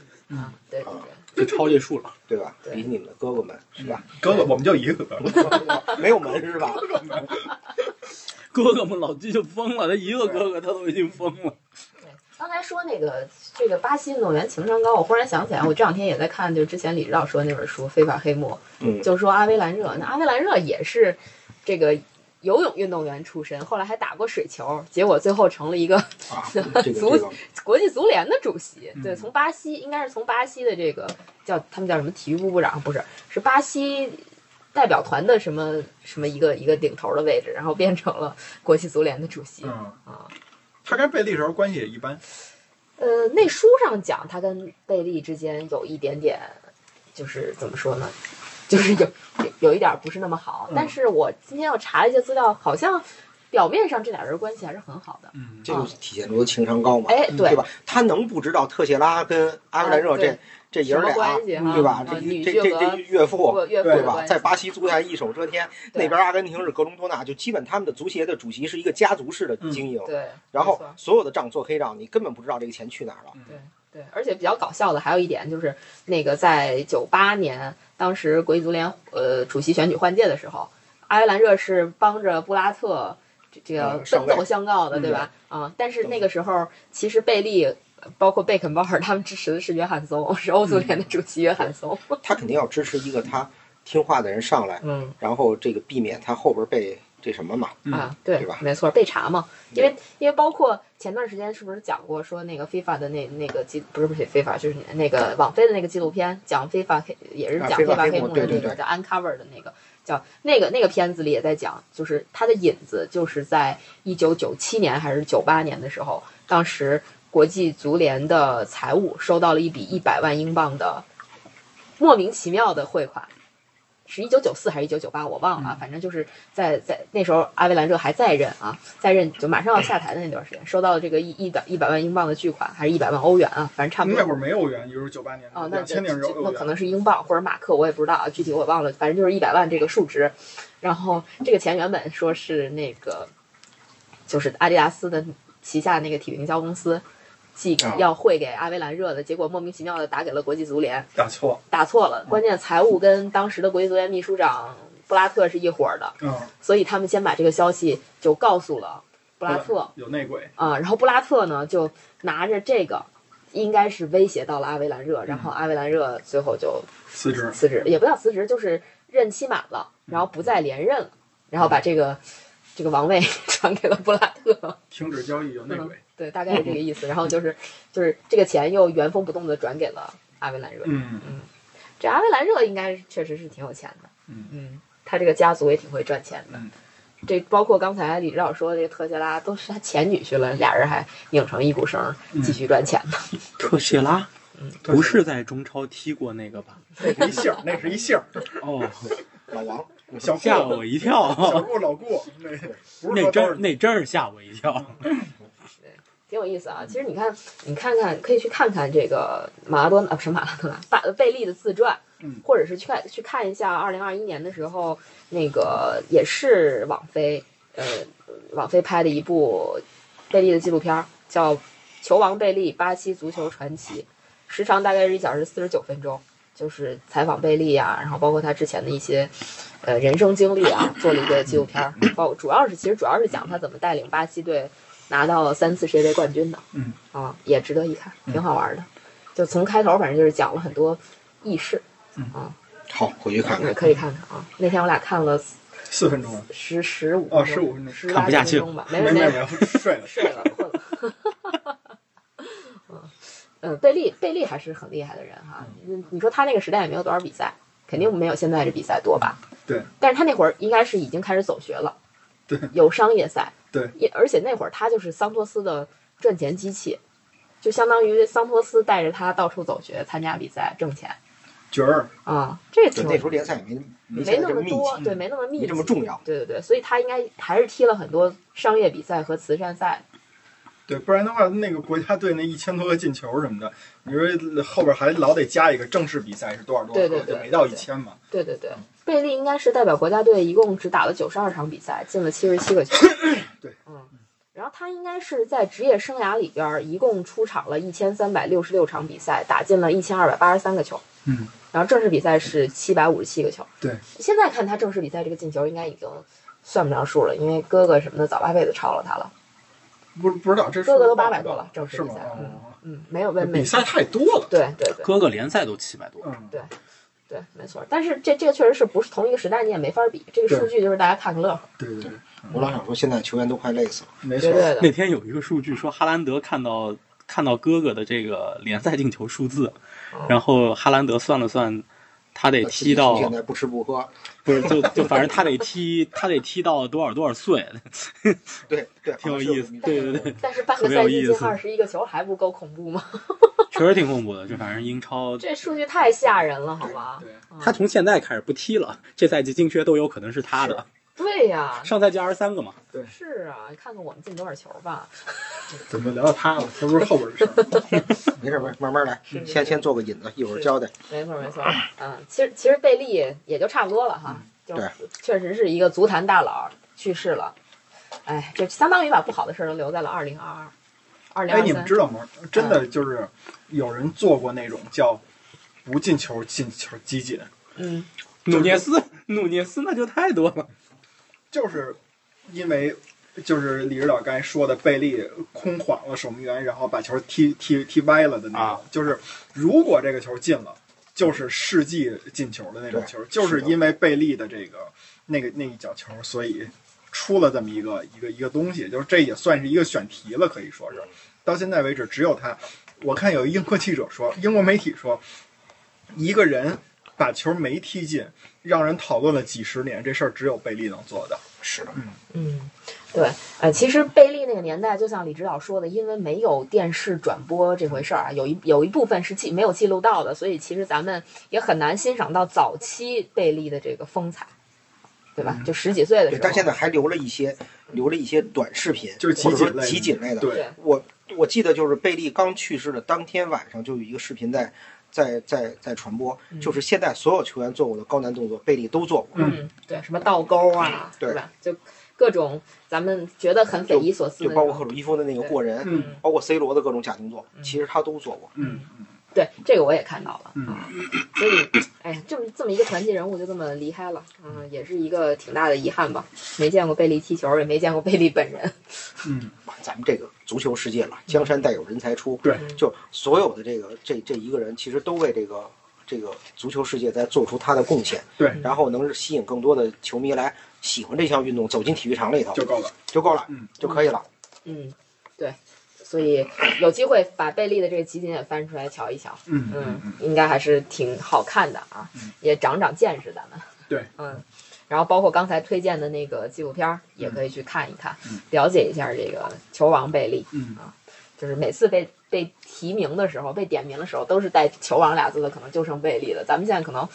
S1: 对对
S4: 啊
S1: 对，
S3: 就超这数了。
S4: 对吧？
S1: 对
S4: 比起你们的哥哥们是吧？
S2: 哥哥，我们就一个哥哥，
S4: 没有门是吧？
S3: 哥哥们老季就疯了，他一个哥哥他都已经疯了。
S1: 刚才说那个这个巴西运动员情商高，我忽然想起来，我这两天也在看，就是之前李指导说那本书《非法黑幕》，
S4: 嗯
S1: 就说阿维兰热，那阿维兰热也是这个游泳运动员出身，后来还打过水球，结果最后成了一个
S4: 啊，这个这
S1: 足
S4: 个
S1: 国际足联的主席。对，
S2: 嗯
S1: 从巴西应该是从巴西的这个叫他们叫什么体育部部长，不是是巴西代表团的什么什么一个一个顶头的位置，然后变成了国际足联的主席。
S2: 嗯，
S1: 啊，
S2: 他跟贝利时候关系也一般，
S1: 呃，那书上讲他跟贝利之间有一点点，就是怎么说呢，就是有有有一点不是那么好。
S2: 嗯
S1: 但是我今天又查了一些资料，好像表面上这俩人关系还是很好的。
S2: 嗯，
S4: 这就是体现出情商高嘛，
S1: 啊哎，
S4: 嗯对吧？他能不知道特谢拉跟阿维兰
S1: 啊
S4: 热
S1: 对
S4: 这这爷
S1: 什
S4: 儿
S1: 么
S4: 俩
S1: 关系哈？
S4: 对吧？
S1: 啊
S4: 这
S1: 女
S4: 一
S1: 婿
S4: 这这
S1: 和
S4: 这岳父。
S1: 岳父
S2: 对
S1: 的
S4: 对吧？
S1: 关
S4: 在
S1: 系
S4: 巴西足坛一手遮天，
S1: 对
S4: 那边阿根廷是格隆多纳，就基本他们的足协的主席是一个家族式的经营，
S1: 嗯对，
S4: 然
S1: 没
S4: 后
S1: 错
S4: 所有的账做黑账，你根本不知道这个钱去哪儿了。
S1: 对，而且比较搞笑的还有一点就是，那个在九八年，当时国际足联呃主席选举换届的时候，阿维兰热是帮着布拉特这这个
S4: 嗯上
S1: 奔走
S4: 位嗯
S1: 相告的，对吧？啊，但是那个时候其实贝利。呃包括贝肯鲍尔，他们支持的是约翰松，是欧足
S4: 嗯
S1: 联的主席约翰松。
S4: 他肯定要支持一个他听话的人上来，
S1: 嗯
S4: 然后这个避免他后边被这什么嘛。
S2: 嗯
S1: 啊，对，
S4: 对吧嗯
S1: 没错，被查嘛，因为因为包括前段时间是不是讲过说那个非法的那那个纪不是不是非法，就是那个网飞的那个纪录片，讲非法黑也是
S4: 啊
S1: 讲非
S4: 非
S1: 法
S4: 法
S1: 黑
S4: 黑幕
S1: 幕的那
S4: 对对
S1: 个
S4: 对
S1: 叫 Uncover 的那个叫那个那个片子里也在讲，就是它的引子就是在一九九七年还是九八年的时候，当时国际足联的财务收到了一笔一百万英镑的莫名其妙的汇款。是一九九四还是一九九八，我忘了啊，反正就是在在那时候阿维兰热还在任啊，在任就马上要下台的那段时间，收到了这个一一百一百万英镑的巨款，还是一百万欧元啊，反正差不多
S2: 那。会儿没有元，就是九八年
S1: 哦，那
S2: 两千年时
S1: 这
S2: 候
S1: 那
S2: 有
S1: 可
S2: 元。
S1: 能是英镑或者马克，我也不知道啊，具体我忘了，反正就是一百万这个数值。然后这个钱原本说是那个，就是阿迪达斯的旗下那个体育营销公司寄
S4: 啊
S1: 要汇给阿维兰热的，结果莫名其妙的打给了国际足联，
S2: 打错，
S1: 打错了。关键财务跟当时的国际足联秘书长布拉特是一伙儿的，
S2: 嗯，
S1: 所以他们先把这个消息就告诉了布拉特。
S2: 有内鬼，
S1: 啊、然后布拉特呢就拿着这个，应该是威胁到了阿维兰热，
S2: 嗯
S1: 然后阿维兰热最后就
S2: 辞职。
S1: 辞职，也不叫辞职，就是任期满了，然后不再连任了，然后把这个这个王位 传给了布拉特，
S2: 停止交易有内鬼。
S1: 对，大概是这个意思。然后就是就是这个钱又原封不动的转给了阿维兰热，
S2: 嗯
S1: 这阿维兰热应该确实是挺有钱的，
S2: 嗯
S1: 他这个家族也挺会赚钱的。
S2: 嗯
S1: 这包括刚才李指导说的这个特谢拉，都是他前女婿了，俩人还拧成一股绳儿
S2: 嗯
S1: 继续赚钱呢。
S3: 特谢拉
S1: 嗯
S3: 不是在中超踢过那个吧？
S2: 一姓儿，那是一姓儿，
S3: 哦，
S4: 老王，
S1: 嗯
S2: 小顾，
S3: 吓我一跳
S2: 小，顾老顾，那不是
S3: 那
S2: 说都
S3: 真
S2: 是
S3: 那真是嗯吓我一跳。
S1: 挺有意思啊。其实你看，你看看，可以去看看这个马拉多纳，啊不是马拉多纳， 巴贝利的自传，
S2: 嗯
S1: 或者是去看去看一下二零二一年的时候，那个也是网飞，呃，网飞拍的一部贝利的纪录片儿，叫《球王贝利：巴西足球传奇》，时长大概是一小时四十九分钟。就是采访贝利啊，然后包括他之前的一些，呃，人生经历啊，做了一个纪录片儿，包主要是其实主要是讲他怎么带领巴西队拿到三次世界杯冠军的，
S2: 嗯，
S1: 啊，也值得一看，挺好玩的。就从开头反正就是讲了很多轶事，
S4: 好，回去看
S1: 你
S4: 看。
S1: 可以看看啊。那天我俩看了
S2: 四分钟啊，
S1: 十十五
S2: 哦15分钟
S1: 十
S3: 看
S1: 八
S3: 不下
S1: 分
S3: 去
S1: 钟吧，没
S2: 没
S1: 问题
S2: 没。没，睡了。
S1: 睡了，困了。 嗯，呃，贝利贝利还是很厉害的人哈。
S2: 嗯
S1: 你你说他那个时代也没有多少比赛，肯定没有现在这比赛多吧？
S2: 对。
S1: 但是他那会儿应该是已经开始走学了，
S2: 对，
S1: 有商业赛，
S2: 对，
S1: 也而且那会儿他就是桑托斯的赚钱机器，就相当于桑托斯带着他到处走学，参加比赛挣钱
S2: 角儿，
S1: 啊、这个
S4: 对，
S1: 挺
S4: 那时候联赛也没没
S1: 没
S4: 现在
S1: 那
S4: 这么
S1: 么
S4: 密
S1: 多，
S4: 集，
S1: 对，没那么密
S4: 没
S1: 集，
S4: 这么重要。
S1: 对对对，所以他应该还是踢了很多商业比赛和慈善赛，
S2: 对，不然的话，那个国家队那一千多个进球什么的，你说后边还老得加一个正式比赛是多少多少
S1: 对对
S2: 个，
S1: 对
S2: 就没到
S1: 对
S2: 一千嘛。。
S1: 对对对，贝利应该是代表国家队，一共只打了九十二场比赛，进了七十七个球
S2: 对，
S1: 嗯，然后他应该是在职业生涯里边儿，一共出场了一千三百六十六场比赛，打进了一千二百八十三个球。
S2: 嗯，
S1: 然后正式比赛是七百五十七个球。
S2: 对，
S1: 现在看他正式比赛这个进球，应该已经算不上数了，因为哥哥什么的早八辈子超了他了。
S2: 不不知道这是
S1: 哥哥都800多了正式
S2: 是
S1: 比
S2: 吗
S1: 赛？
S2: 哦
S1: 嗯，没有问没
S2: 比赛太多了。
S1: 对对对
S3: 哥哥联赛都七百多，
S2: 嗯，
S1: 对，没错。但是这这个确实是不是同一个时代，你也没法比。这个数
S2: 对
S1: 据就是大家看个乐呵，
S2: 对对对，
S4: 我老想说，现在球员都快累死了。
S2: 没
S1: 绝
S2: 错。
S1: 对的。
S3: 那天有一个数据说，哈兰德看到看到哥哥的这个联赛进球数字，
S4: 嗯
S3: 然后哈兰德算了算，他
S4: 呃
S3: 得踢到
S4: 现在不吃不喝，
S3: 不是就就反正他得踢他得踢到多少多少岁，
S4: 对对，
S3: 挺有
S4: 好像哦是
S3: 意思对对
S4: 对，
S1: 但是半个
S3: 特别有
S1: 赛季
S3: 意
S1: 进
S3: 思
S1: 二十一个球还不够恐怖吗？
S3: 确实挺恐怖的。就反正英超，
S1: 这数据太吓人了，好吗？
S2: 对，
S3: 他从现在开始不踢了，这赛季进缺都有可能是他的。
S1: 对呀，
S3: 上赛季二十三个嘛，
S1: 是啊，看看我们进多少球吧。
S2: 怎么聊到他了？这不是后边的事儿。
S4: 没事，没事慢慢来
S1: 是，是
S4: 先先做个引子，一会儿交代。
S1: 没错没错，嗯，其实其实贝利也就差不多了哈，就
S4: 对
S1: 确实是一个足坛大佬去世了，哎，就相当于把不好的事儿都留在了二零二二、二零
S2: 哎，
S1: 二
S2: 你们
S1: 三。
S2: 知道吗？真
S1: 嗯
S2: 的就是有人做过那种叫不进球进球集锦，
S1: 嗯，
S3: 努涅斯，努涅斯那就太多了。
S2: 就是因为就是李指导刚才说的贝利空晃了守门员，然后把球踢踢踢歪了的那种
S3: 啊，
S2: 就是如果这个球进了，就是世纪进球的那种
S4: 对
S2: 球，就是
S4: 是的
S2: 因为贝利的这个那个那一脚球，所以出了这么一个一个一个东西，就是这也算是一个选题了，可以说
S4: 嗯
S2: 是到现在为止只有他。我看有英国记者说，英国媒体说，一个人把球没踢进，让人讨论了几十年，这事儿只有贝利能做到。
S4: 是的，
S1: 嗯，对，呃，其实贝利那个年代，就像李指导说的，因为没有电视转播这回事儿啊，有一有一部分是记没有记录到的，所以其实咱们也很难欣赏到早期贝利的这个风采，对吧？就十几岁的时
S4: 对，
S1: 候，
S4: 但现在还留了一些，留了一些短视频，
S2: 就是集
S4: 或者
S2: 锦
S4: 说
S2: 类的
S4: 集锦类的。
S2: 对，
S4: 我我记得就是贝利刚去世的当天晚上，就有一个视频在在在在传播，
S1: 嗯
S4: 就是现在所有球员做过的高难动作，贝利都做过。
S1: 嗯，对，什么倒钩啊，
S4: 对
S1: 吧？就各种咱们觉得很匪夷所思
S4: 就
S1: 的那
S4: 包
S1: 种，
S4: 括克鲁伊夫的那个过人，
S2: 嗯
S4: 包括 C 罗的各种假动作，
S1: 嗯
S4: 其实他都做过。
S2: 嗯嗯
S1: 对，这个我也看到了，
S2: 嗯
S1: 啊，所以，哎，这么这么一个传奇人物就这么离开了，嗯，也是一个挺大的遗憾吧。没见过贝利踢球，也没见过贝利本人，
S2: 嗯，
S4: 哇咱们这个足球世界了，江山代有人才出。
S2: 对
S1: 嗯
S4: 就所有的这个这这一个人，其实都为这个这个足球世界在做出他的贡献。
S2: 对
S1: 嗯
S4: 然后能吸引更多的球迷来喜欢这项运动，走进体育场里头
S2: 就够了。
S4: 就够了，
S2: 嗯，
S4: 就可以了。
S1: 嗯，对，所以有机会把贝利的这个集锦也翻出来瞧一瞧，
S2: 嗯嗯
S1: 嗯，应该还是挺好看的啊
S2: 嗯，
S1: 也长长见识咱们。
S2: 对，
S1: 嗯，然后包括刚才推荐的那个纪录片儿，也可以去看一看
S2: 嗯，
S1: 了解一下这个球王贝利。啊
S2: 嗯
S1: 就是每次被被提名的时候，被点名的时候，都是带“球王”俩字的，可能就剩贝利了。咱们现在可能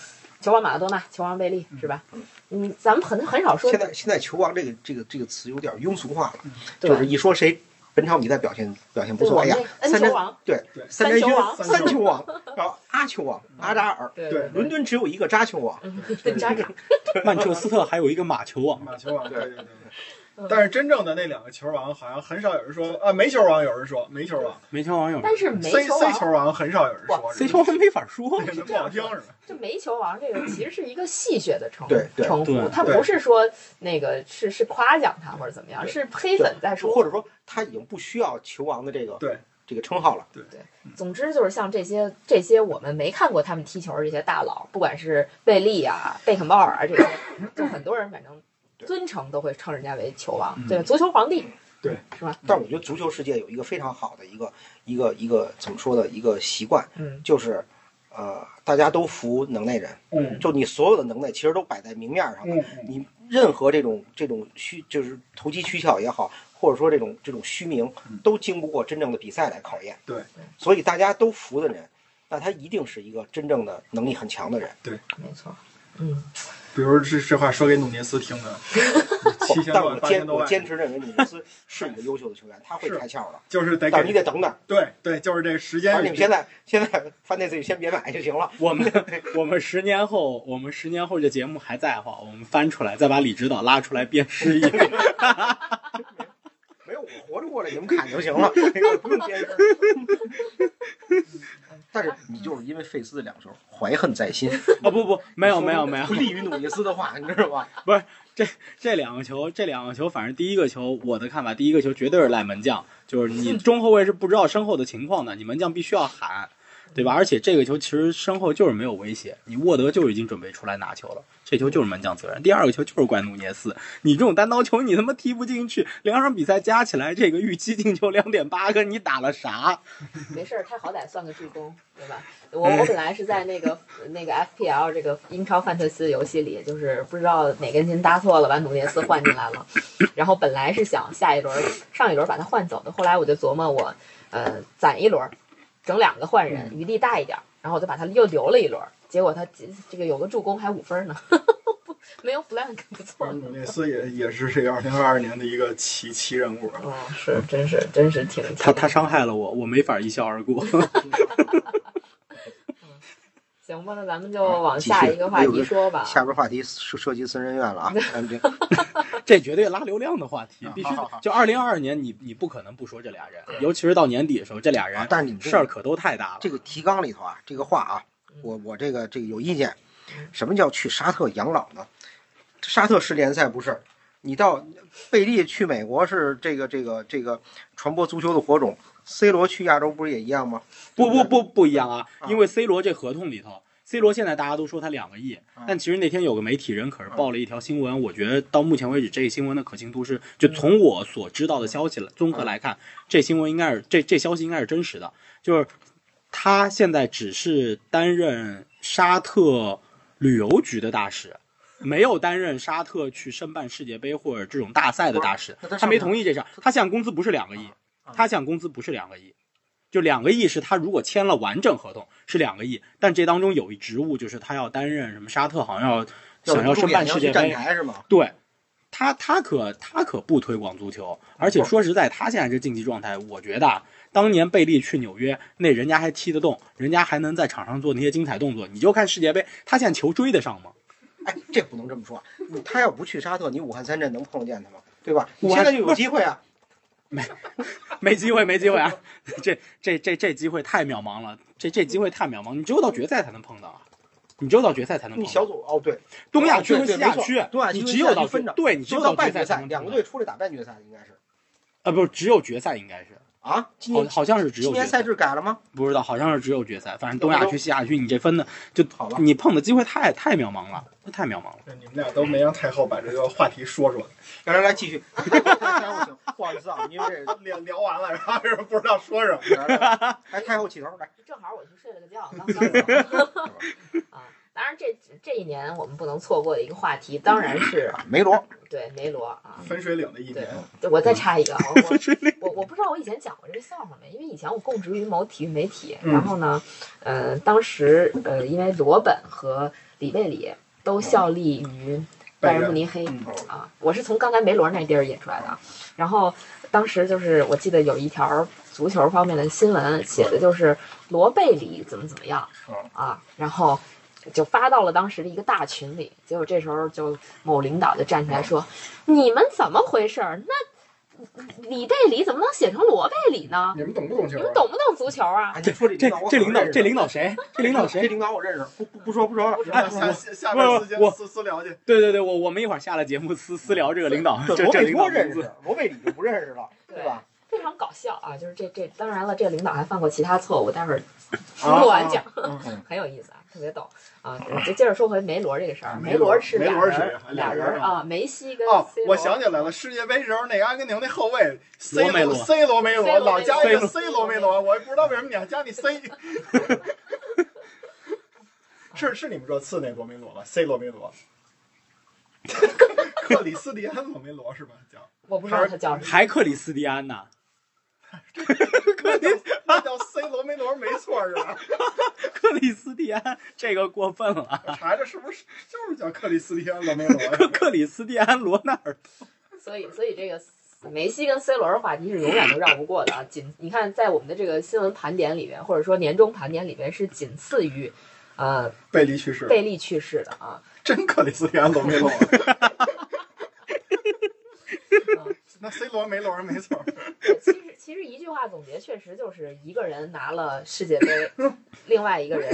S1: 球王马拉多纳、球王贝利是吧？嗯，咱们很很少说
S4: 现在现在球王这个这个这个词有点庸俗化了，
S1: 对
S4: 就是
S1: 吧？
S4: 一说谁本场比赛表现表现不
S1: 对
S4: 错，
S1: 我
S4: 哎
S1: 们
S4: 呀，
S1: 这
S4: 三
S1: N 球
S4: 连
S1: 王，
S4: 对
S2: 对
S4: 三
S1: 三
S4: 连
S1: 球
S4: 军
S1: 王、
S4: 三球王， 然后阿球王
S2: 嗯
S4: 阿扎尔，
S1: 对
S2: 对
S4: 伦敦只有一个扎球王，
S1: 对，扎卡，
S3: 曼彻斯特还有一个马球网，
S2: 马球王，对对对
S1: 嗯
S2: 对。但是真正的那两个球王，好像很少有人说啊，没球王有人说，没球王
S3: 没球网有
S1: 但是没
S2: ，C
S1: 球
S2: C 球
S1: 王，
S2: 王很少有人说
S1: 哇
S3: ，C 球网没法说，
S2: 这个不好听是吧？
S1: 这没球王这个其实是一个戏谑的称
S4: 对对
S1: 称呼，
S3: 对
S1: 他
S2: 对
S1: 不是说那个是是夸奖他或者怎么样，是黑粉在说，
S4: 或者说他已经不需要球王的这个
S2: 对
S4: 这个称号了。
S1: 总之就是像这些这些我们没看过他们踢球的这些大佬，不管是贝利啊、贝肯鲍尔啊这些，就很多人反正尊称都会称人家为球王，
S2: 嗯
S1: 对，足球皇帝，
S2: 对，
S1: 是吧？
S4: 但我觉得足球世界有一个非常好的一个一个一个怎么说的一个习惯，
S1: 嗯
S4: 就是呃大家都服能耐人，
S2: 嗯
S4: 就你所有的能耐其实都摆在明面上了。
S2: 嗯
S4: 你任何这种这种虚就是投机取巧也好，或者说这种这种虚名
S2: 嗯，
S4: 都经不过真正的比赛来考验。
S2: 对，
S4: 所以大家都服的人，那他一定是一个真正的能力很强的人。
S1: 没错，嗯，
S2: 比如这这话说给努涅斯听的，七千
S4: 但
S2: 多
S4: 我
S2: 八
S4: 坚
S2: 千多
S4: 我
S2: 万，
S4: 坚持认为努涅斯是一个优秀的球员，他会
S2: 是
S4: 开窍的，
S2: 就是得
S4: 但是
S2: 给
S4: 你得等等。
S2: 对对，就是这时间
S4: 而。你们现在现在范内自己先别买就行了。
S3: 我们 我们十年后，我们十年后这节目还在的话，我们翻出来，再把李指导拉出来鞭尸一遍。
S4: 没有，我活着过来，你们砍就行了，我不用坚持。 但是你就是因为费斯的两球怀恨在心，
S3: 哦不不，没有没有没有
S4: 不，利于努涅斯的话，你知道吧？
S3: 这两个球，这两个球，反正第一个球，我的看法，第一个球绝对是赖门将，就是你中后卫是不知道身后的情况的，你门将必须要喊，对吧？而且这个球其实身后就是没有威胁，你沃德就已经准备出来拿球了，这球就是门将责任。第二个球就是怪努涅斯，你这种单刀球你他妈踢不进去，两场比赛加起来这个预期进球两点八个，你打了啥？
S1: 没事儿，他好歹算个助攻，对吧？我我本来是在那个那个 FPL 这个英超范特西的游戏里，就是不知道哪根筋搭错了，把努涅斯换进来了，然后本来是想下一轮上一轮把他换走的，后来我就琢磨我呃攒一轮，整两个换人，余地大一点儿，然后我就把他又留了一轮，结果他这个有个助攻还五分呢， 不没有 flag 不错。
S2: 努涅斯也也是这二零二二年的一个奇奇人物啊，
S1: 哦，是，真是，真是挺挺
S3: 他他伤害了我，我没法一笑而过。
S1: 行吧，那咱们就往下一个话题说吧。
S4: 下边话题涉涉及私人院了啊，咱们这
S3: 这绝对拉流量的话题
S4: 啊，
S3: 必须
S4: 好好好
S3: 就二零二二年你你不可能不说这俩人，尤其是到年底的时候，这俩人
S4: 但是你们这
S3: 事儿
S4: 个
S3: 可都太大了。
S4: 这个提纲里头啊，这个话啊，我我这个这个有意见。什么叫去沙特养老呢？沙特是联赛不是？你到贝利去美国是这个这个这个传播足球的火种，C 罗去亚洲不是也一样吗？
S3: 不不不不一样啊
S4: 啊，
S3: 因为 C 罗这合同里头，C 罗现在大家都说他两个亿，
S5: 啊
S3: 但其实那天有个媒体人可是报了一条新闻，我觉得到目前为止这个新闻的可信度是，就从我所知道的消息来综合来看，这新闻应该是这这消息应该是真实的，就是他现在只是担任沙特旅游局的大使，没有担任沙特去申办世界杯或者这种大赛的大使
S5: 不是那他，啊
S3: 他没
S5: 上
S3: 同意这事儿。他现在工资不是两个亿，他现在工资不是两个亿，就两个亿是他如果签了完整合同是两个亿，但这当中有一职务就是他要担任什么沙特好像要想
S5: 要
S3: 申办世界
S5: 站
S3: 杯，
S5: 台是吗？
S3: 对。他他可他可不推广足球，而
S5: 哦
S3: 且说实在，他现在这竞技状态，我觉得啊，当年贝利去纽约，那人家还踢得动，人家还能在场上做那些精彩动作。你就看世界杯，他现在球追得上吗？
S5: 哎，这不能这么说。他要不去沙特，你武汉三镇能碰见他吗？对吧？
S3: 武
S5: 你现
S3: 汉
S5: 在就有机会啊！
S3: 没机会，没机会啊！ 这这这这机会太渺茫了，这这机会太渺茫，你只有到决赛才能碰到啊！你只有到决赛才能碰
S5: 你
S3: 到。
S5: 小组哦，对，
S3: 东亚区
S5: 对
S3: 和
S5: 对
S3: 西亚
S5: 没错
S3: 区，
S5: 东亚区
S3: 你
S5: 和
S3: 只
S5: 西
S3: 有
S5: 亚
S3: 到
S5: 区
S3: 决
S5: 分着
S3: 对，你只
S5: 就
S3: 有
S5: 到
S3: 到
S5: 半
S3: 决
S5: 决
S3: 才
S5: 赛，
S3: 能
S5: 两个
S3: 碰到
S5: 队出来打半决赛应该是
S3: 啊，不是只有决赛应该是
S5: 啊。今
S3: 好
S5: 年
S3: 好像是只有
S5: 今
S3: 决
S5: 年赛制改了吗？
S3: 不知道，好像是只有决赛，反正东亚区、西亚区，你这分的就
S5: 好吧
S3: 你碰的机会太太渺茫了，太渺茫了。
S2: 你们俩都没让太后把这个话题说出来，
S5: 来来来，继 续。不好意思啊，因为 这
S2: 聊聊完了，然后是不知道说什么。
S5: 来来来来太后起头来。
S1: 正好我去睡了个觉，刚刚 啊。当然这，这一年我们不能错过的一个话题，当然是
S5: 梅罗，
S1: 对梅罗啊。
S2: 分水岭的一年，
S1: 对，我再插一个，啊我我我我不知道我以前讲过这个笑话没，因为以前我供职于某体育媒体，
S2: 嗯
S1: 然后呢，呃，当时呃，因为罗本和里贝里都效力于拜仁慕尼黑
S2: 嗯
S1: 啊，我是从刚才梅罗那地儿引出来的啊，然后当时就是我记得有一条足球方面的新闻，写的就是罗贝里怎么怎么样
S2: 嗯
S1: 啊，然后。就发到了当时的一个大群里，结果这时候就某领导就站起来说：“你们怎么回事儿？那李贝里怎么能写成罗贝里呢？
S2: 你们懂不懂球、
S1: 你
S2: 啊？
S1: 们懂不懂足球啊
S2: 哎
S5: 啊，你说这
S3: 这这领导这领
S5: 导
S3: 导谁？这领导
S5: 这
S3: 谁？
S5: 领导我认识，不不不说不说了。
S1: 哎
S2: 然后下下下边私
S3: 不
S2: 私私聊去。
S3: 对对对，我我们一会儿下了节目私私聊这个领导， 这
S5: 罗
S3: 这
S5: 贝
S3: 领导
S5: 多
S3: 名
S5: 认
S3: 字
S5: 识，罗贝里就不认识了，对吧？
S1: 非常搞笑啊！就是这这，当然了，这领导还犯过其他错误，待会儿
S2: 哦
S1: 录完讲，
S3: 嗯
S5: 嗯
S1: 很有意思啊，特别逗啊！就接着说回梅罗这个事儿，
S2: 哦梅
S1: 罗
S2: 罗
S1: 是
S2: 梅
S1: 俩
S2: 罗是
S1: 人
S2: 谁啊
S1: 俩
S2: 俩人
S1: 人
S2: 啊
S1: 啊，梅西跟
S2: 哦
S1: C，罗
S2: 我想起来了，世界杯时候那个阿根廷那后卫 C
S3: 罗梅
S2: 罗
S3: 罗
S2: C 罗梅罗，
S1: C 罗梅罗
S2: 老加一个
S1: C
S2: C
S1: 罗
S2: 罗
S1: 梅
S2: 梅
S1: 罗
S2: 罗，我也不知道为什么你要加你 C。是是你们说次那罗梅罗吧？C 罗梅罗，克里斯蒂安罗梅罗是吧？叫
S1: 我不知道他叫什么，
S3: 还克里斯蒂安呐，
S2: 那叫那叫 C 罗梅罗没错是吧？
S3: 克里斯蒂安这个过分了，
S2: 我查查是不是就是叫克里斯蒂安罗梅罗？
S3: 克克里斯蒂安罗纳尔
S1: 所以所以这个。梅西跟 C 罗的话题是永远都绕不过的啊！仅你看，在我们的这个新闻盘点里面，或者说年终盘点里面，是仅次于，呃，
S2: 贝利去世，
S1: 贝利去世的啊。
S2: 真克里斯蒂安罗梅 罗。那 C 罗梅罗没错，
S1: 对其实其实一句话总结，确实就是一个人拿了世界杯，另外一个人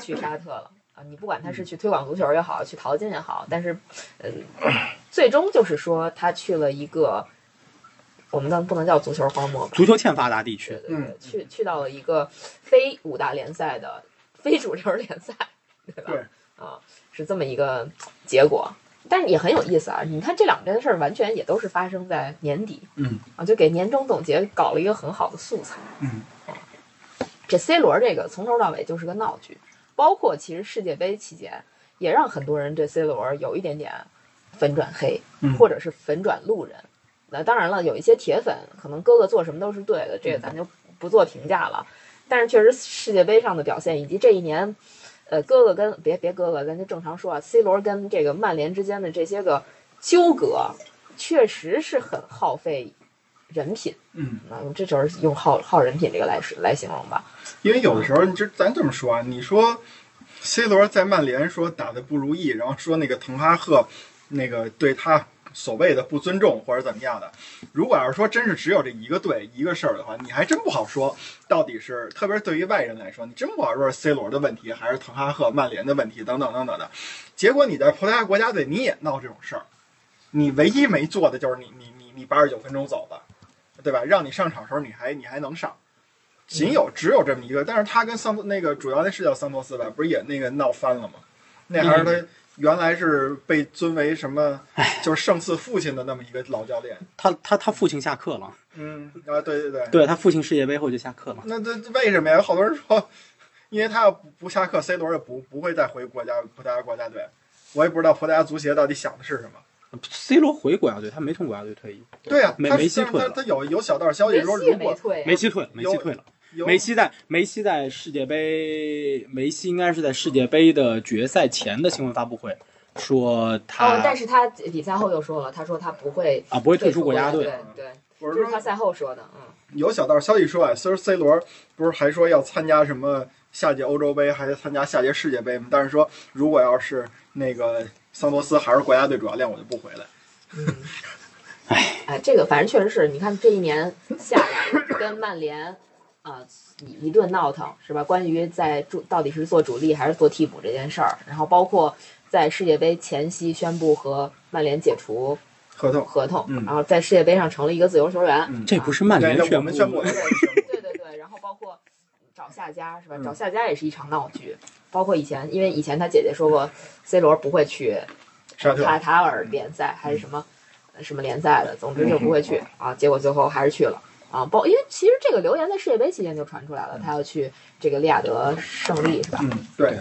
S1: 去沙特了啊！你不管他是去推广足球也好，去淘金也好，但是，嗯，最终就是说他去了一个，我们能不能叫足球荒漠吧？
S3: 足球欠发达地
S1: 对
S3: 区，
S1: 对对，去去到了一个非五大联赛的非主流联赛，对吧？
S2: 对
S1: 啊，是这么一个结果。但是也很有意思啊！你看这两件事儿，完全也都是发生在年底，
S3: 嗯，
S1: 啊，就给年终总结搞了一个很好的素材，
S3: 嗯
S1: 啊，这 C 罗这个从头到尾就是个闹剧，包括其实世界杯期间，也让很多人对 C 罗有一点点粉转黑，
S3: 嗯
S1: 或者是粉转路人。那当然了，有一些铁粉可能哥哥做什么都是对的，这个咱就不做评价了。但是确实世界杯上的表现，以及这一年，呃，哥哥跟别别哥哥，咱就正常说啊，C 罗跟这个曼联之间的这些个纠葛，确实是很耗费人品。
S2: 嗯，
S1: 那这就是用耗耗人品这个来说来形容吧。
S2: 因为有的时候，你就咱这么说啊，你说 C 罗在曼联说打得不如意，然后说那个滕哈赫那个对他所谓的不尊重或者怎么样的，如果要是说真是只有这一个队一个事儿的话，你还真不好说到底是，特别是对于外人来说，你真不好说是 C 罗的问题还是滕哈赫曼联的问题等等等等的。结果你在葡萄牙国家队你也闹这种事儿，你唯一没做的就是你你你你八十九分钟走了，对吧？让你上场的时候你还你还能上。仅有只有这么一个，但是他跟桑托那个主要那是叫桑托斯吧，不是也那个闹翻了吗？那还是他原来是被尊为什么，就是胜似父亲的那么一个老教练。
S3: 他他他父亲下课了，
S2: 嗯啊，对对对，
S3: 对他父亲世界杯后就下课了，
S2: 那这为什么呀？好多人说因为他要不不下课，C 罗也不不会再回国家葡萄牙国家队。我也不知道葡萄牙足协到底想的是什么。
S3: C 罗回国家队，他没从国家队退役，
S2: 对呀、
S3: 梅
S2: 他
S3: 梅西
S2: 但是
S3: 退
S2: 他
S3: 了
S2: 他有有小道消息
S1: 梅
S2: 说，
S1: 西
S2: 如
S1: 也没
S2: 果
S1: 退啊，
S3: 梅西退了，梅西退了。
S2: 有
S3: 梅西在梅西在世界杯，梅西应该是在世界杯的决赛前的新闻发布会说他、
S1: 哦，但是他比赛后又说了，他说他不会
S3: 啊不会退
S1: 退
S3: 出国家
S1: 队，
S3: 队，
S1: 对，
S2: 我
S1: 这
S2: 是
S1: 是他
S2: 说
S1: 赛后说的，嗯，
S2: 有小道消息说啊，虽然 C 罗不是还说要参加什么下届欧洲杯，还参加下届世界杯吗？但是说如果要是那个桑托斯还是国家队主教练，我就不回来。
S1: 嗯，哎，这个反正确实是你看这一年下来跟曼联啊、一一顿闹腾是吧？关于在主到底是做主力还是做替补这件事儿，然后包括在世界杯前夕宣布和曼联解除
S2: 合同，
S1: 合同，
S2: 嗯
S1: 然后在世界杯上成了一个自由球员，
S2: 嗯，
S3: 这不是曼联
S2: 对那我
S3: 宣布
S2: 们
S3: 的
S2: 宣布
S1: 对
S2: 了，
S1: 对对对，然后包括找下家是吧？
S2: 嗯
S1: 找下家也是一场闹剧，包括以前，因为以前他姐姐说过，C 罗不会去
S2: 沙特
S1: 卡塔尔联赛还是什么什么联赛的，总之就不会去啊。结果最后还是去了啊。包因为其实这个留言在世界杯期间就传出来了，他要去这个利雅得胜利是吧？
S2: 嗯，对，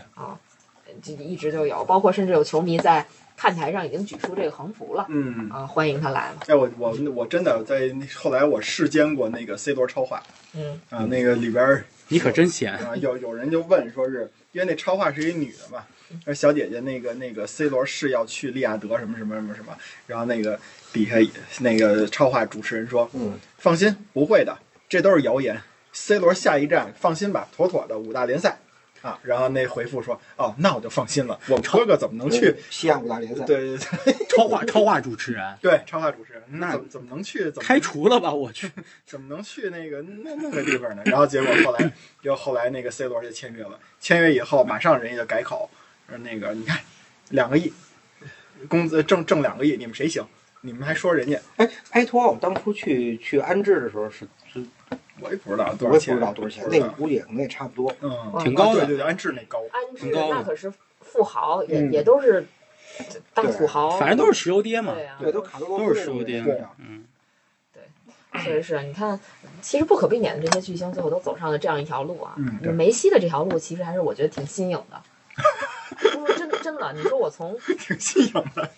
S1: 就一直就有，包括甚至有球迷在看台上已经举出这个横幅了
S2: 嗯。
S1: 啊，欢迎他来了。
S2: 哎，我我我真的在那后来我世间过那个 C 罗超话
S1: 嗯
S2: 啊，那个里边儿
S3: 你可真闲。
S2: 啊，有有人就问说是因为那超话是一女的嘛，说小姐姐那个那个 C 罗是要去利雅得什么什么什么什么，然后那个底下那个超话主持人说，
S4: 嗯，
S2: 放心，不会的，这都是谣言。C 罗下一站，放心吧，妥妥的五大联赛啊。然后那回复说，哦，那我就放心了，我们哥哥怎
S5: 嗯
S2: 么能去？
S4: 西亚五大联赛
S2: 对，对对
S3: 超话超话主持人
S2: 对，超话主持人，那
S3: 那
S2: 怎么怎么能去？怎么
S3: 开除了吧？我去，
S2: 怎么能去那个那那个地方呢？然后结果后来，就后来那个 C 罗就签约了，签约以后马上人家就改口，说那个你看，两个亿，工资挣挣两个亿，你们谁行？你们还说人家，
S4: 哎，埃托奥当初去去安置的时候是，是
S2: 我也不知道多
S4: 我
S2: 少钱，
S4: 也不知道多少钱，啊
S2: 不
S4: 那
S2: 知
S4: 个
S2: 道
S4: 估计也可能也差不多。
S2: 嗯，
S3: 挺高
S2: 对
S3: 的。
S2: 对对，安置那高，
S1: 安置
S3: 很高的
S1: 那可是富豪，也
S4: 嗯
S1: 也都是大富豪，
S3: 反正都是石油爹嘛
S1: 哦对。啊呀、
S4: 对，都卡多罗
S3: 都是收爹
S2: 对
S4: 啊，
S3: 嗯，
S1: 确实是。你看，其实不可避免的，这些巨星最后都走上了这样一条路啊。
S2: 嗯对
S1: 梅西的这条路其实还是我觉得挺新颖的。不是真的真的，你说我从
S2: 挺新颖的。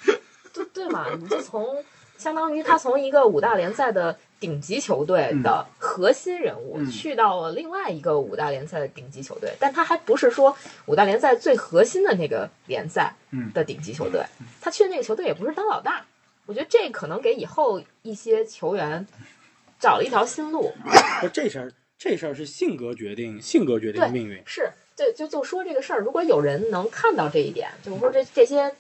S1: 对对嘛，你就从相当于他从一个五大联赛的顶级球队的核心人物，
S2: 嗯
S1: 去到了另外一个五大联赛的顶级球队，但他还不是说五大联赛最核心的那个联赛
S2: 嗯
S1: 的顶级球队，他去的那个球队也不是当老大。我觉得这可能给以后一些球员找了一条新路，
S3: 不，这事儿这事儿是性格决定，性格决定
S1: 对
S3: 命运。
S1: 是对，就就说这个事儿，如果有人能看到这一点，就是说这这些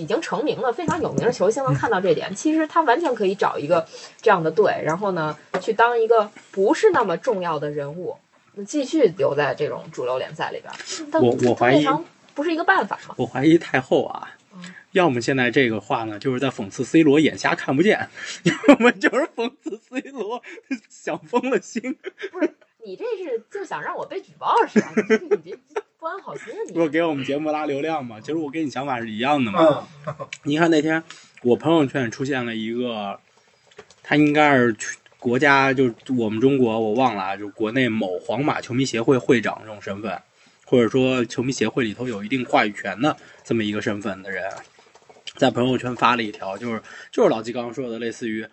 S1: 已经成名了、非常有名的球星能看到这一点，其实他完全可以找一个这样的队，然后呢，去当一个不是那么重要的人物，继续留在这种主流联赛里边儿。但
S3: 我我怀疑
S1: 未尝不是一个办法嘛？
S3: 我怀疑太后啊
S1: 嗯，
S3: 要么现在这个话呢，就是在讽刺 C 罗眼瞎看不见， 要么就是讽刺 C 罗想疯了心。
S1: 你这是就想让我被举报是吧？你这你这不安好心啊
S3: 不是
S1: 你！
S3: 给 我们节目拉流量嘛？其实我跟你想法是一样的嘛。
S2: 嗯，
S3: 你看那天我朋友圈出现了一个，他应该是去国家，就是我们中国我忘了啊，就国内某皇马球迷协会会长这种身份，或者说球迷协会里头有一定话语权的这么一个身份的人，啊在朋友圈发了一条，就是就是老季刚刚说的，类似于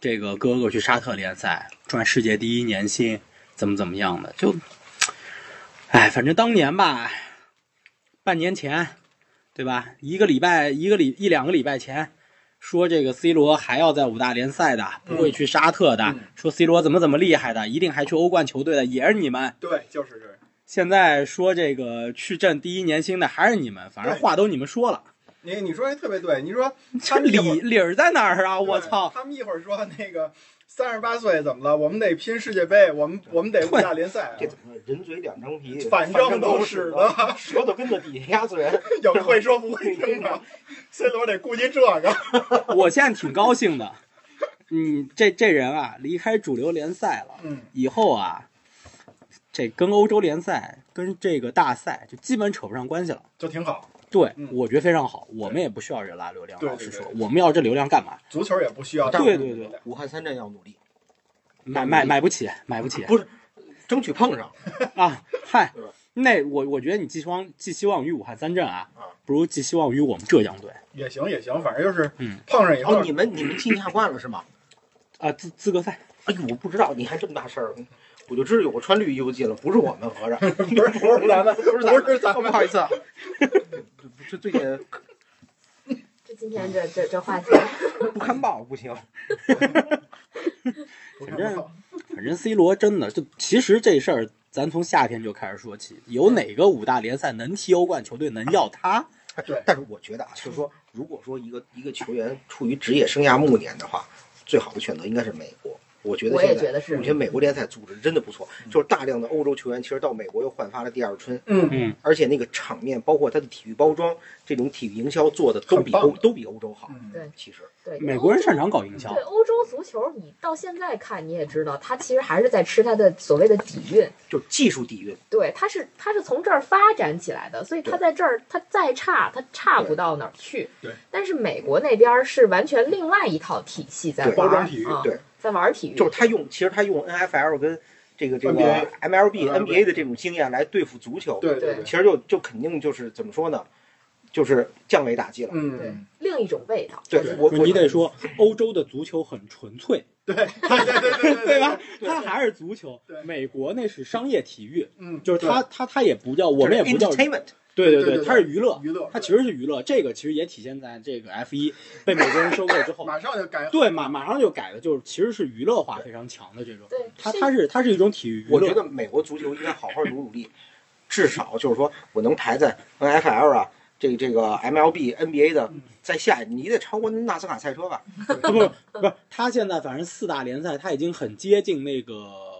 S3: 这个哥哥去沙特联赛赚世界第一年薪，怎么怎么样的，就，哎，反正当年吧，半年前。对吧？一个礼拜，一个礼一两个礼拜前，说这个 C 罗还要在五大联赛的，不会去沙特
S2: 嗯
S3: 的，说 C 罗怎么怎么厉害的，一定还去欧冠球队的，也是你们。
S2: 对，就是这样。
S3: 现在说这个去挣第一年薪的还是你们，反正话都你 们说了，
S2: 你你说的特别对，你说
S3: 这
S2: 他们一会儿
S3: 理理儿在哪儿啊？
S2: 对
S3: 我操！
S2: 他们一会儿说那个三十八岁怎么了？我们得拼世界杯，我们我们得五大联赛啊，
S4: 这怎么说人嘴两张皮，
S2: 反正
S4: 都
S2: 都
S4: 是
S2: 是
S4: 的，
S2: 的。
S4: 舌头根子底下压嘴。
S2: 有会说不会听的，C 罗得顾及这个。
S3: 我现在挺高兴的，嗯，这这人啊，离开主流联赛了，
S2: 嗯，
S3: 以后啊，这跟欧洲联赛跟这个大赛就基本扯不上关系了。
S2: 就挺好。
S3: 对，
S2: 嗯
S3: 我觉得非常好。我们也不需要人拉流量，
S2: 对
S3: 老实
S2: 对
S3: 说
S2: 对，
S3: 我们要这流量干嘛？
S2: 足球也不需要
S5: 对
S2: 这么
S3: 对对
S2: 多
S5: 武汉三镇要努力，
S3: 买买买不起，买不起
S5: 不是争取碰上。
S3: 啊！嗨
S5: 对吧，
S3: 那我我觉得你寄希望寄希望于武汉三镇啊
S4: 啊，
S3: 不如寄希望于我们浙江队
S2: 也行也行，反正就是
S3: 嗯
S2: 碰上以后
S5: 哦，，你们你们踢亚冠了是吗？
S3: 啊资资格赛。
S4: 哎呦，我不知道你还这么大事儿，我就知道有个穿绿衣服进了，不是我们合着。
S2: 不是不是咱们，不是咱们，不是咱
S5: 哦不
S2: 们，
S5: 好意思 啊，这最近
S1: 这今天这这这话题，
S4: 不看报不行。
S3: 反正反正 C 罗真的就其实这事儿，咱从夏天就开始说起，有哪个五大联赛能踢欧冠球队能要他？
S4: 但是我觉得啊，就是说，如果说一个一个球员处于职业生涯暮年的话，最好的选择应该是美国。我觉得
S1: 我
S4: 现
S1: 也
S4: 在
S1: 觉得是
S4: 我觉得美国联赛组织真的不错，就是大量的欧洲球员其实到美国又焕发了第二春，
S2: 嗯，
S3: 嗯，
S4: 而且那个场面，包括他的体育包装，这种体育营销做的都比
S2: 很棒
S4: 欧都比欧洲好。
S2: 嗯
S1: 对
S4: 其实，
S1: 对
S3: 美国人擅长搞营销
S1: 对，欧洲足球，你到现在看你也知道，他其实还是在吃他的所谓的底蕴。
S4: 就是技术底蕴，
S1: 对，他是他是从这儿发展起来的，所以他
S4: 对
S1: 在这儿他再差，他差不
S4: 对
S1: 到哪儿去。
S2: 对，
S1: 但是美国那边儿是完全另外一套体系在
S4: 对
S1: 玩
S2: 包
S1: 儿，
S2: 装体育
S1: 啊
S4: 对，
S1: 在玩儿体育，
S4: 就是他用，其实他用 NFL 跟这个这个
S2: NBA
S4: MLB、
S2: 嗯
S4: NBA 的这种经验来对付足球，
S2: 对对
S1: 对，
S4: 其实就就肯定就是怎么说呢，就是降维打击了。
S1: 对
S2: 嗯，
S1: 另一种味道。
S4: 对
S1: 对
S4: 我我
S3: 你得说欧洲的足球很纯粹，
S2: 对对对对对
S3: 对吧？它还是足球
S2: 对，
S3: 美国那是商业体育，
S2: 嗯，
S3: 就是它它它也不叫，我们也不叫，
S4: entertainment，
S3: 对对
S2: 对对
S3: 对，
S2: 对
S3: 它是娱乐，
S2: 娱乐，
S3: 它其实是娱乐。这个其实也体现在这个 F 一被美国人收购之后，
S2: 马上就改，
S3: 对马马上就改的，就是其实是娱乐化非常强的这种。
S1: 对，
S3: 它
S1: 是
S3: 它是它是一种体育娱乐，
S4: 我觉得美国足球应该好好努努力，至少就是说我能排在 NFL 啊，这个这个 MLB、NBA 的
S2: 嗯
S4: 在下一，你得超过纳斯卡赛车吧？
S3: 不不不，他现在反正四大联赛，他已经很接近那个，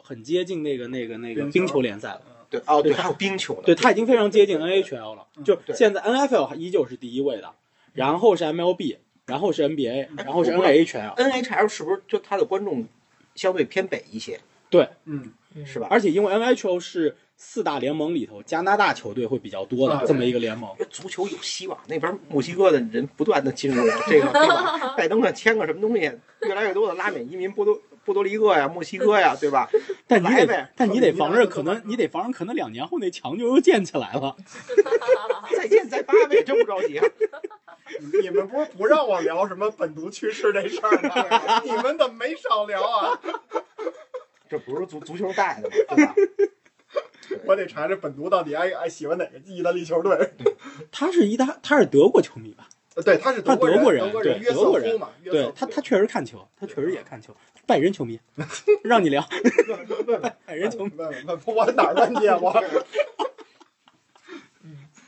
S3: 很接近那个那个那个
S2: 冰球
S3: 冰球联赛了。
S4: 对，哦对，
S3: 对
S4: 还有冰球呢。
S3: 对，他已经非常接近 NHL 了
S2: 嗯。
S3: 就
S4: 对
S3: 现在 NFL 还依旧是第一位的，然后是 MLB，然后是 NBA，然后是
S4: 我不知道
S3: NHL。
S4: NHL 是不是就他的观众相对偏北一些，
S2: 嗯，
S4: 是吧？
S3: 而且因为 NHL 是四大联盟里头加拿大球队会比较多
S2: 啊
S3: 的
S2: 对
S3: 这么一个联盟。
S4: 足球有希望，那边墨西哥的人不断的进入这个，对吧？拜登啊，签个什么东西，越来越多的拉美移民，波多波多黎各呀、墨西哥呀，对吧？
S3: 但你
S4: 来
S3: 得
S4: 呗，
S3: 但你得防着，
S2: 可
S3: 可
S2: 能
S3: 能你得防着，可能两年后那墙就又建起来了。
S4: 再见，再发呗，真不着急啊。
S2: 你们不是不让我聊什么本族去世这事儿吗？ 你们怎么没少聊啊？
S4: 这不是足足球带的吗？对吧？
S2: 我得查查本族到底爱爱喜欢哪个意大利球队。
S3: 他是一大，他是德国球迷吧？
S2: 对，他是
S3: 他
S2: 国人，
S3: 德
S2: 德
S3: 国人对
S2: 约瑟
S3: 德国
S2: 夫
S3: 人
S2: 嘛，约瑟
S3: 对
S2: 夫
S3: 他，他确实看球，他确实也看球。拜仁球迷，让你聊
S2: 问问问问
S3: 拜仁球迷。
S2: 问问，我哪儿问去啊？ 我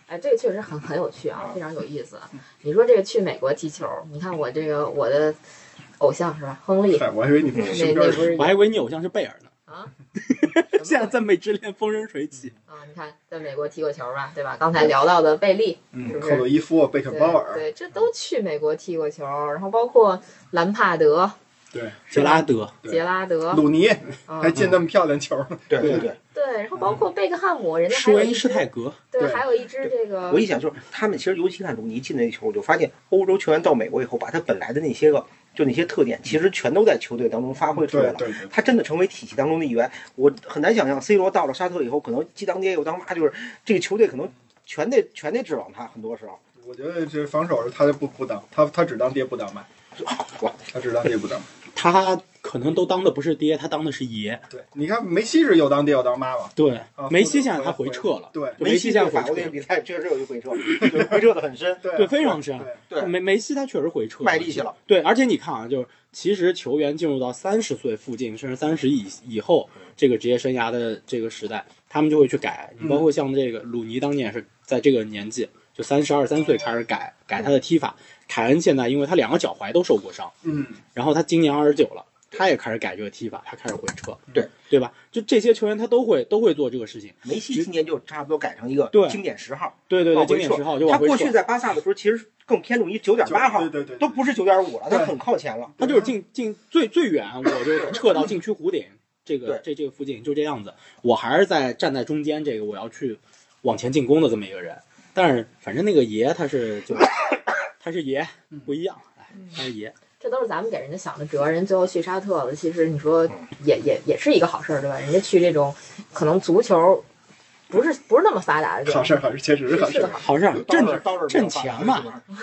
S1: 哎，这个确实很很有趣啊，非常有意思。你说这个去美国踢球，你看我这个我的偶像是吧，亨利，
S2: 哎，我还以为你
S1: 那
S2: 身
S1: 那
S2: 边
S1: 不是
S3: 我还以为你偶像是贝尔呢，
S1: 啊？
S3: 现在赞美之恋风生水起。
S1: 啊，你看在美国踢过球吧，对吧？刚才聊到的贝利，
S2: 嗯，克洛伊夫、贝肯
S1: 对
S2: 鲍尔，
S1: 对，这都去美国踢过球，然后包括兰帕德、
S2: 对，
S3: 杰拉德，
S2: 对
S1: 杰拉德，
S2: 鲁尼
S1: 啊
S2: 还进那么漂亮球呢。
S4: 对对对，
S1: 对，然后包括贝克汉姆，人家还
S3: 施
S1: 有
S3: 维
S1: 一
S3: 施
S1: 支
S3: 泰格，
S1: 对，
S2: 对
S1: 还有一支这
S3: 嗯
S1: 个
S4: 我一想就是他们其实尤其看鲁尼进那球，我就发现欧洲球员到美国以后，把他本来的那些个就那些特点，其实全都在球队当中发挥出
S2: 对
S4: 来了。
S2: 对对，
S4: 他真的成为体系当中的一员，我很难想象 C 罗到了沙特以后，可能既当爹又当妈，就是这个球队可能全得全得指望他，很多时候。
S2: 我觉得这防守他就不不当，他他只当爹不当妈，
S4: 哇，
S2: 他只当爹不当妈。
S3: 他可能都当的不是爹，他当的是爷。
S2: 对，你看梅西是又当爹又当妈嘛，
S3: 对
S2: 啊，
S3: 梅西现在他
S2: 回
S3: 回撤了，
S2: 对
S3: 就梅西现在
S4: 对法
S3: 回
S4: 国那
S3: 撤，
S4: 个比赛确实有一 回撤，对回撤的很深，
S2: 对
S3: 对，非常深。
S2: 对
S4: 对
S3: 梅梅西他确实回撤，
S4: 卖力气了。
S3: 对，而且你看啊，就是其实球员进入到三十岁附近，甚至三十以以后，这个职业生涯的这个时代，他们就会去改。你
S4: 嗯
S3: 包括像这个鲁尼当年也是在这个年纪，就三十二三岁开始改改他的踢法。凯恩现在因为他两个脚踝都受过伤，
S2: 嗯，
S3: 然后他今年二十九了，他也开始改这个踢法，他开始回撤，
S4: 对
S3: 对吧？就这些球员他都会都会做这个事情。
S4: 梅西今年就差不多改成一个
S3: 对
S4: 经典十号，
S3: 对对对，
S4: 往
S3: 经
S4: 回
S3: 典
S4: 撤
S3: 十号就
S4: 他
S3: 往回
S4: 过
S3: 撤
S4: 去，在巴萨的时候其实更偏重于九点八号
S2: 对，对对，
S4: 都不是九点五了，他
S2: 对
S4: 很靠前了。
S3: 他就是进进最最远，我就撤到禁区弧顶这个
S4: 对
S3: 这这个附近，就这样子。我还是在站在中间，这个我要去往前进攻的这么一个人。但是反正那个爷他是就他是爷
S2: 嗯
S3: 不一样，哎
S1: 嗯
S3: 他是爷。
S1: 这都是咱们给人家想的辙，人最后去沙特了，其实你说也也也是一个好事儿，对吧？人家去这种可能足球不是不是那么发达的地
S2: 好
S1: 方，
S2: 事儿，好事儿，确实是好事
S1: 是
S2: 儿
S1: 的。
S3: 好事儿，
S4: 到
S3: 挣
S4: 这儿到这儿
S3: 挣钱嘛，嗯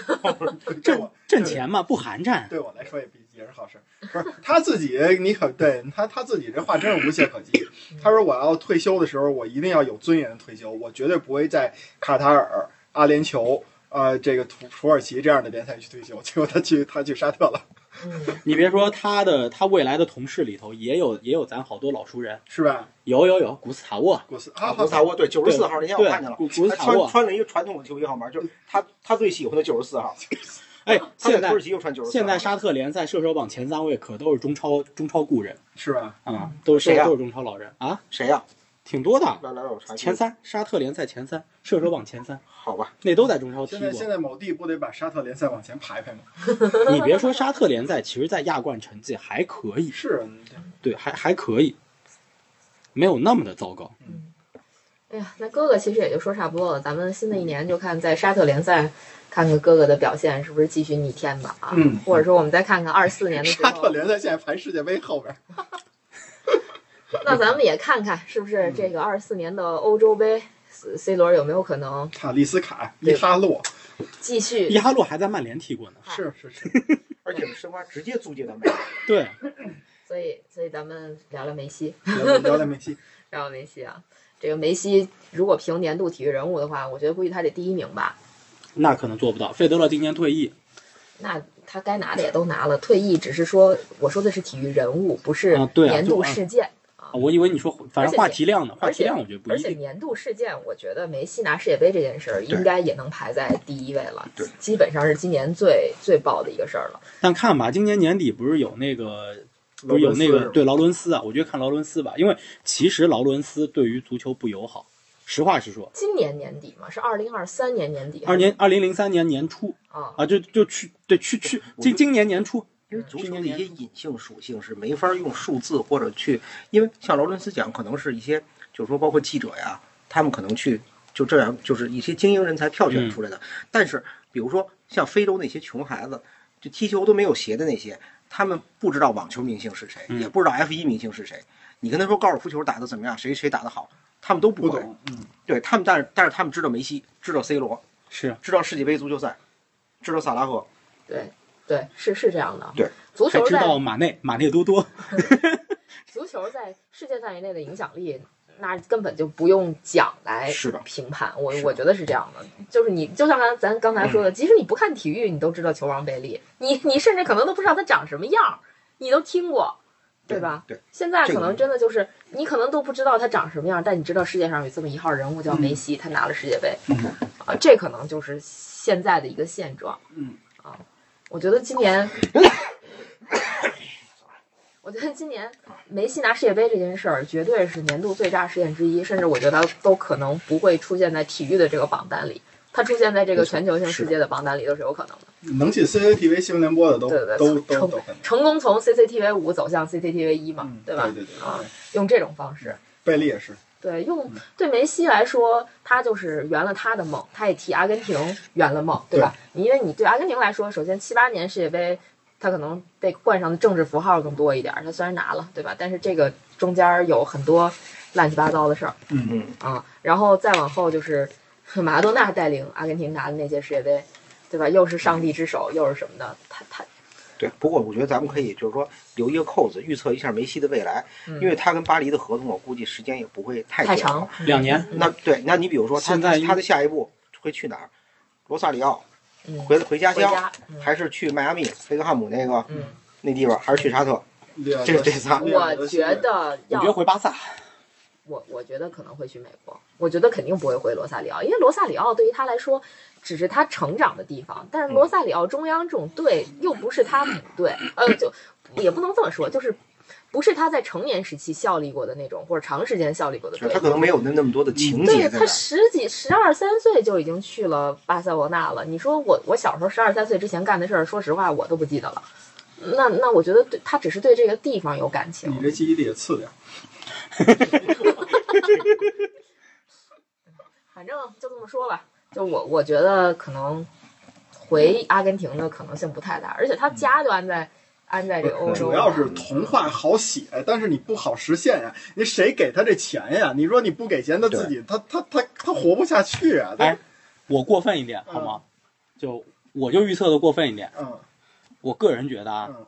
S2: 对
S3: 挣
S2: 我
S3: 挣钱嘛，不寒 碜。
S2: 对我来说也比也是好事儿。不是他自己，你可对他他自己这话真是无懈可击。 他说我要退休的时候，我一定要有尊严的退休，我绝对不会在卡塔尔、阿联酋、呃这个土土耳其这样的联赛去退休。结果他去他去沙特了，
S1: 嗯，
S3: 你别说他的，他未来的同事里头也有也有咱好多老熟人，
S2: 是吧？
S3: 有有有，古斯塔沃，
S2: 古斯
S4: 啊
S2: 啊，
S4: 罗萨沃对九十四号那天我看见
S3: 对，
S4: 了，
S3: 古古斯
S4: 他
S3: 塔
S4: 穿
S3: 沃，
S4: 穿了一个传统的球衣号码，就是他他最喜欢的九十四号，
S3: 哎，
S4: 他在
S3: 现
S4: 土
S3: 在
S4: 耳其又穿九十四。
S3: 现在沙特联赛射手榜前三位可都是中超中超故人
S2: 是吧？
S3: 啊，都是
S4: 谁呀
S3: 都是中超老人啊，
S4: 谁呀？
S3: 挺多的，
S4: 来来，我
S2: 嗯
S4: 查一下
S3: 前三，沙特联赛前三，射手榜前三，
S4: 好吧，
S3: 那都在中超踢
S2: 现在现
S3: 过。
S2: 在某地不得把沙特联赛往前排排吗？
S3: 你别说沙特联赛，其实在亚冠成绩还可以，
S2: 是，啊
S3: 对，还还可以，没有那么的糟糕。
S1: 哎呀，那哥哥其实也就说差不多了，咱们新的一年就看在沙特联赛。看看哥哥的表现是不是继续逆天吧啊，
S2: 嗯
S1: 或者说我们再看看二四年的时
S2: 沙特
S1: 候，
S2: 联赛现在排世界杯后边。
S1: 那咱们也看看是不是
S3: 嗯
S1: 这个二四年的欧洲杯 C C 罗有没有可能
S2: 塔利斯卡、伊
S1: 对
S2: 哈洛，
S1: 继续
S3: 伊哈洛还在曼联踢过呢，
S1: 嗨
S2: 是是是，
S4: 而且申花直接租借到美国，
S3: 对，
S1: 所以，所以咱们聊聊梅西，
S2: 聊聊聊梅西。
S1: 聊聊梅西啊。这个梅西如果评年度体育人物的话，我觉得估计他得第一名吧。
S3: 那可能做不到。费德勒今年退役，
S1: 那他该拿的也都拿了，退役只是说，我说的是体育人物，不是
S3: 啊对啊
S1: 年度
S3: 就啊
S1: 事件。
S3: 啊我以为你说，反
S1: 而且
S3: 正话题量呢，话
S1: 而
S3: 题
S1: 且
S3: 量我觉得不
S1: 而
S3: 一
S1: 且
S3: 定。
S1: 年度事件，我觉得梅西拿世界杯这件事儿，应该也能排在第一位了
S4: 对，
S1: 基本上是今年最最爆的一个事儿了。
S3: 但看吧，今年年底不是有那个，不是有那
S2: 劳伦
S3: 个
S2: 斯
S3: 对劳伦斯啊？我觉得看劳伦斯吧，因为其实劳伦斯对于足球不友好。实话实说，
S1: 今年年底嘛，是二零二三年年底还是。
S3: 二年二零零三年年初
S1: 啊，
S3: 啊，就就去对去去今今年年初，
S4: 因为足球的一些隐性属性是没法用数字或者去，因为像劳伦斯讲，可能是一些就是说包括记者呀，他们可能去就这样，就是一些精英人才票
S2: 嗯
S4: 选出来的。但是比如说像非洲那些穷孩子，就踢球都没有鞋的那些，他们不知道网球明星是谁，
S3: 嗯
S4: 也不知道 F 一明星是谁。你跟他说高尔夫球打得怎么样，谁谁打得好，他们都不
S2: 不
S4: 会。
S2: 懂，嗯，
S4: 对他们，但是但是他们知道梅西，知道 C 罗，
S3: 是
S4: 知道世界杯足球赛，知道萨拉赫。
S1: 对对，是是这样的。
S4: 对，
S1: 足
S3: 还
S1: 球
S3: 知
S1: 在
S3: 道马内马内多多，
S1: 足球在世界范围内的影响力，那根本就不用讲来
S4: 是的
S1: 评判。我
S4: 是的
S1: 我觉得是这样的，就是你就像刚咱刚才说的，即使你不看体育，你都知道球王贝利，你你甚至可能都不知道他长什么样儿，你都听过。对吧？
S4: 对，
S1: 现在
S4: 这
S1: 可
S4: 个
S1: 能真的就是你可能都不知道他长什么样，但你知道世界上有这么一号人物叫
S4: 嗯
S1: 梅西，他拿了世界杯，啊，这可能就是现在的一个现状。
S2: 嗯，
S1: 啊，我觉得今年，我觉得今年梅西拿世界杯这件事儿，绝对是年度最炸事件之一，甚至我觉得他都可能不会出现在体育的这个榜单里，他出现在这个全球性世界的榜单里都是有可能的。
S2: 能进 CCTV 新闻联播的都
S1: 对对
S2: 都
S1: 成
S2: 都都很
S1: 成功从 CCTV 五走向 CCTV 一嘛，
S2: 嗯，
S1: 吧？
S2: 对对
S1: 啊
S2: 对，
S1: 用这种方式，
S2: 贝利也是，
S1: 对，用
S2: 嗯
S1: 对梅西来说，他就是圆了他的梦，他也替阿根廷圆了梦，对吧？你因为你对阿根廷来说，首先七八年世界杯，他可能被冠上的政治符号更多一点儿，他虽然拿了，对吧？但是这个中间儿有很多乱七八糟的事儿
S2: 嗯，
S4: 嗯，
S1: 啊，然后再往后就是 马拉多纳带领阿根廷拿的那些世界杯，对吧？又是上帝之手，又是什么的，他他
S4: 对，不过我觉得咱们可以就是说留一个扣子，预测一下梅西的未来，
S1: 嗯
S4: 因为他跟巴黎的合同，我估计时间也不会太
S1: 太
S4: 久
S1: 长
S4: 了。，
S3: 两年
S4: 那对，那你比如说他
S3: 现在
S4: 他的下一步会去哪儿？罗萨里奥
S1: 嗯，
S4: 回回家
S1: 回
S4: 乡，
S1: 家，嗯
S4: 还是去迈阿密贝克汉姆那个
S1: 嗯，
S4: 那地方，还是去沙特？
S2: 这
S4: 这这仨
S1: 我觉得
S3: 我
S1: 要
S3: 觉得回巴萨，
S1: 我我觉得可能会去美国，我觉得肯定不会回罗萨里奥，因为罗萨里奥对于他来说只是他成长的地方，但
S4: 嗯
S1: 是罗萨里奥中央这种队又不是他母队，呃，就也不能这么说，就是不是他在成年时期效力过的那种，或者长时间效力过的
S4: 就
S1: 队
S4: 是。他可能没有那那么多的情
S1: 嗯对
S4: 节在
S1: 他
S4: 那儿。
S1: 十几、十二三岁就已经去了巴塞罗那了。你说我，我小时候十二三岁之前干的事儿，说实话我都不记得了。那那我觉得对他只是对这个地方有感
S4: 嗯
S1: 情。
S2: 你这记忆力也次点儿，
S1: 反正就这么说吧，就我我觉得可能回阿根廷的可能性不太大，而且他家就安在安在这个欧洲，
S2: 主要是童话好写，但是你不好实现呀、你谁给他这钱呀、你说你不给钱，他自己他他他他活不下去啊！他
S3: 哎我过分一点好吗？就我就预测的过分一点，
S2: 嗯
S3: 我个人觉得啊，
S2: 嗯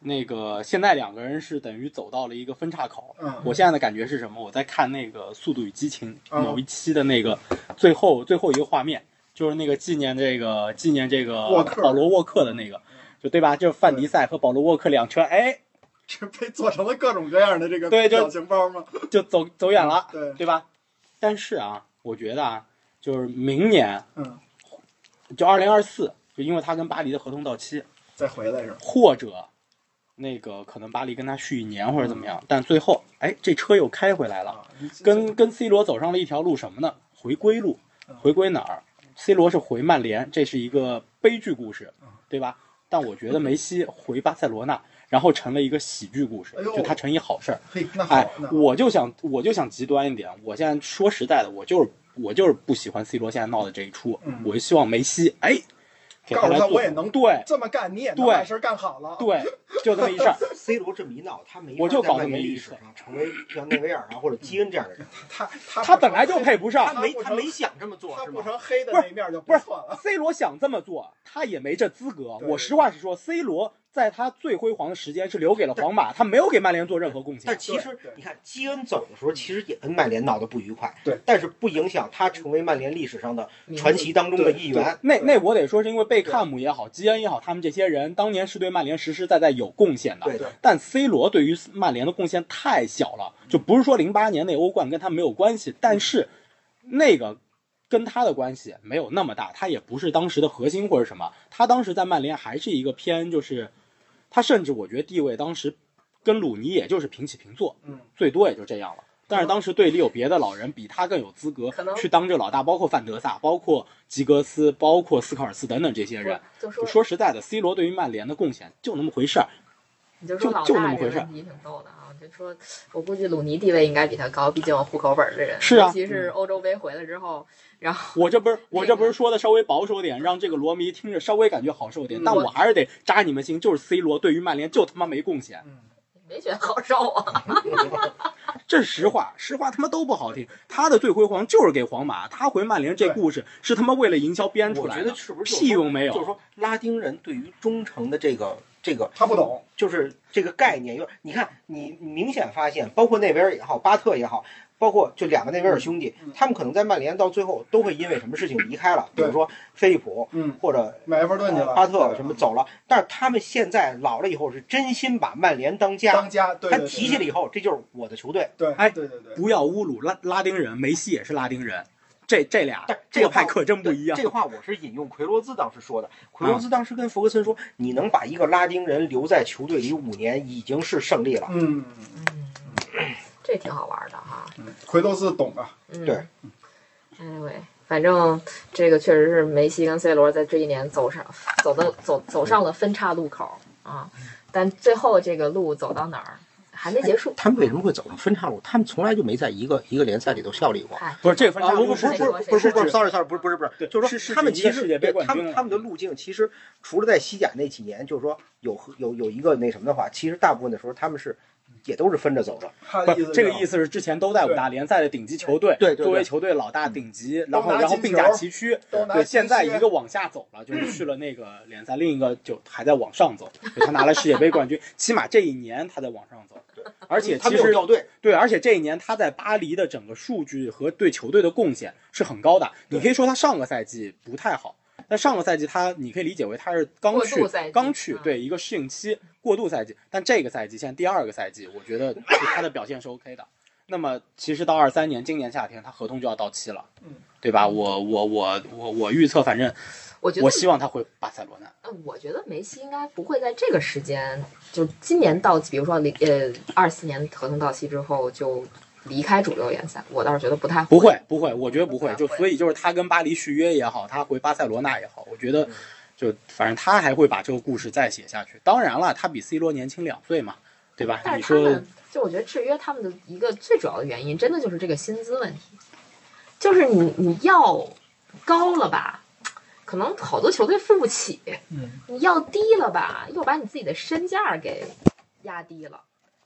S3: 那个现在两个人是等于走到了一个分岔口。
S2: 嗯，
S3: 我现在的感觉是什么？我在看那个《速度与激情》
S2: 嗯
S3: 某一期的那个最后最后一个画面，就是那个纪念这个纪念这个
S2: 沃克嗯
S3: 保罗沃克的那个，就对吧？就是范迪塞和保罗沃克两车，哎，
S2: 这被做成了各种各样的这个
S3: 对就
S2: 表情包吗？
S3: 就走走远了，
S2: 对，
S3: 对吧？但是啊，我觉得啊，就是明年，
S2: 嗯，
S3: 就二零二四，就因为他跟巴黎的合同到期，
S2: 再回来是吧？
S3: 或者那个可能巴黎跟他续一年或者怎么
S2: 嗯
S3: 样，但最后哎，这车又开回来了，
S2: 啊，你
S3: 跟跟 C 罗走上了一条路什么呢？回归路
S2: 嗯，
S3: 回归哪儿？C 罗是回曼联，这是一个悲剧故事
S2: 嗯，
S3: 对吧？但我觉得梅西回巴塞罗那，然后成了一个喜剧故事
S2: 哎，呦
S3: 就他成一好事儿。
S2: 嘿，那
S3: 哎
S2: 好，那，好
S3: 我就想，我就想极端一点。我现在说实在的，我就是我就是不喜欢 C 罗现在闹的这一出，
S2: 嗯
S3: 我就希望梅西，哎，给
S2: 告诉
S3: 来
S2: 他
S3: 做
S2: 我也能
S3: 对
S2: 这么干你也能
S3: 对
S2: 把事儿干好了。
S3: 对，就这么一事儿。
S4: C 罗这么一闹，他没法
S3: 我就
S4: 在
S3: 搞
S4: 外
S3: 得
S4: 面
S3: 没
S4: 历
S3: 意
S4: 史
S3: 思
S4: 上成为像内维尔啊或者基恩这样的人，
S2: 他 他
S3: 他
S2: 他
S3: 本来就配不上
S2: 他
S5: 没
S2: 不
S5: 他
S2: 成
S5: 没想这么做
S2: 他
S5: 是
S2: 不
S5: 吗？
S2: 成黑的
S3: 不是
S2: 那一面就
S3: 不是
S2: 错了。
S3: C 罗想这么做，他也没这资格。
S2: 对
S3: 我实话实说，C 罗在他最辉煌的时间是留给了皇马，他没有给曼联做任何贡
S4: 但
S3: 献。
S4: 其实
S2: 对对
S4: 你看基恩走的时候，其实也跟曼联闹得不愉快，
S2: 对，
S4: 但是不影响他成为曼联历史上的
S1: 名字
S4: 传奇当中的一
S2: 对
S4: 员。
S3: 那那我得说是因为贝克汉姆也好，基恩也好，他们这些人当年是对曼联实实在在有贡献的。
S4: 对
S2: 对
S4: 的，
S3: 但 C 罗对于曼联的贡献太小了，就不是说零八年那欧冠跟他没有关系，但是那个跟他的关系没有那么大，他也不是当时的核心或者什么，他当时在曼联还是一个偏就是，他甚至我觉得地位当时跟鲁尼也就是平起平坐，
S2: 嗯，
S3: 最多也就这样了。但是当时队里有别的老人比他更有资格
S1: 可能
S3: 去当这老大，包括范德萨，包括吉格斯，包括斯科尔斯等等这些人。
S1: 就
S3: 就
S1: 说
S3: 说实在的，C 罗对于曼联的贡献就那么回事儿。
S1: 你就
S3: 就
S1: 说老
S3: 就那
S1: 大
S3: 么
S1: 这
S3: 回事
S1: 问题挺逗的啊！就说我估计鲁尼地位应该比他高，毕竟有户口本的人，
S3: 是啊
S1: 尤其是欧洲杯回来之后，然后
S3: 我这不是我这不是说的稍微保守点，让这个罗迷听着稍微感觉好受点，
S2: 嗯
S3: 但我还是得扎你们心，就是 C 罗对于曼联就他妈没贡献，
S2: 嗯
S1: 没觉得好受啊。
S3: 这是实话，实话他妈都不好听。他的最辉煌就是给皇马，他回曼联这
S2: 对
S3: 故事是他妈为了营销编出
S5: 我
S3: 来
S5: 觉得
S3: 的，
S5: 是不是就是
S3: 屁
S5: 说
S3: 用没
S5: 就是
S3: 有。
S5: 说拉丁人对于忠诚的这个这个
S2: 他不懂，
S5: 就是
S4: 这个概念，有点你看，你明显发现，包括内维尔也好，巴特也好，包括就两个内维尔兄弟
S2: 嗯嗯，
S4: 他们可能在曼联到最后都会因为什么事情离开了，比
S2: 对
S4: 如说菲利普
S2: 嗯，
S4: 或者
S2: 买埃弗顿去了，
S4: 呃巴特什么走了，但是他们现在老了以后是真心把曼联当家
S2: 当，家，对
S4: 他
S2: 对对
S4: 提起来以后，这就是我的球队。
S2: 对，
S3: 哎
S2: 对对对，
S3: 不要侮辱拉拉丁人，梅西也是拉丁人，这这俩
S4: 但这
S3: 做
S4: 个话
S3: 派可真不一样
S4: 这。个话我是引用奎罗兹当时说的。奎
S5: 嗯
S4: 罗兹当时跟弗格森说：“你能把一个拉丁人留在球队里五年，已经是胜利了。
S2: 嗯，
S1: 嗯，这挺好玩的哈。
S2: 嗯奎多斯懂啊，
S1: 嗯，
S4: 对。
S1: Anyway，反正这个确实是梅西跟 C 罗在这一年走上走的走走上了分岔路口啊，但最后这个路走到哪儿还没
S4: 哎
S1: 结束。
S5: 他们为什么会走上分岔路？他们从来就没在一个一个联赛里头效力过。
S1: 哎，
S3: 不是这个分
S5: 啊，
S3: 岔
S5: 不
S3: 路
S5: 不
S1: 是
S5: 不
S1: 谁
S5: 是
S1: 说
S5: 不是
S1: 谁
S5: 不是
S1: 说
S5: 不是，sorry sorry，不是不是不
S3: 对
S5: 是，就是
S3: 是是
S5: 说他们
S3: 指一
S5: 其
S3: 个世界
S5: 实
S3: 杯
S5: 对
S3: 冠
S5: 他
S3: 军
S5: 们
S3: 啊
S5: 他们的路径其实除了在西甲那几年，就是说有有有一个那什么的话，其实大部分的时候他们是也都是分着走的。
S2: 他
S3: 不
S2: 的意思
S3: 这个
S2: 是
S3: 意思是之前都在五大联赛的顶级球队，
S5: 对对对
S3: 作为球队老大顶级，然后
S2: 都拿
S3: 然后
S2: 金
S3: 并驾
S2: 球
S3: 齐驱，
S2: 都拿
S3: 对，
S2: 金
S3: 现在
S2: 靴
S3: 一个往下走了，就是去了那个联赛，另一个就还在往上走，就他拿了世界杯冠军， 起码这一年他在往上走，而且
S4: 他
S3: 其
S4: 们有
S3: 实
S4: 掉队，
S3: 对，而且这一年他在巴黎的整个数据和对球队的贡献是很高的，你可以说他上个赛季不太好。但上个赛季他，你可以理解为他是刚
S1: 过
S3: 去
S1: 渡赛季，
S3: 刚去
S1: 啊，
S3: 对一个适应期过渡赛季。但这个赛季，现在第二个赛季，我觉得他的表现是 OK 的。那么其实到二三年，今年夏天他合同就要到期了，
S2: 嗯，
S3: 对吧？我我我我我预测，反正
S1: 我觉得
S3: 我希望他回巴塞罗那。
S1: 呃，我觉得梅西应该不会在这个时间，就是今年到期，比如说零呃二四年合同到期之后就离开主流联赛，我倒是觉得不太
S3: 不会不会，我觉得不会。就
S1: 不太会
S3: 所以就是他跟巴黎续约也好，他回巴塞罗那也好，我觉得就反正他还会把这个故事再写下去。当然了，他比 C 罗年轻两岁嘛，对吧？
S1: 但
S3: 你
S1: 是他
S3: 说
S1: 们，就我觉得制约他们的一个最主要的原因，真的就是这个薪资问题，就是你你要高了吧，可能好多球队付不起，
S2: 嗯，
S1: 你要低了吧，又把你自己的身价给压低了。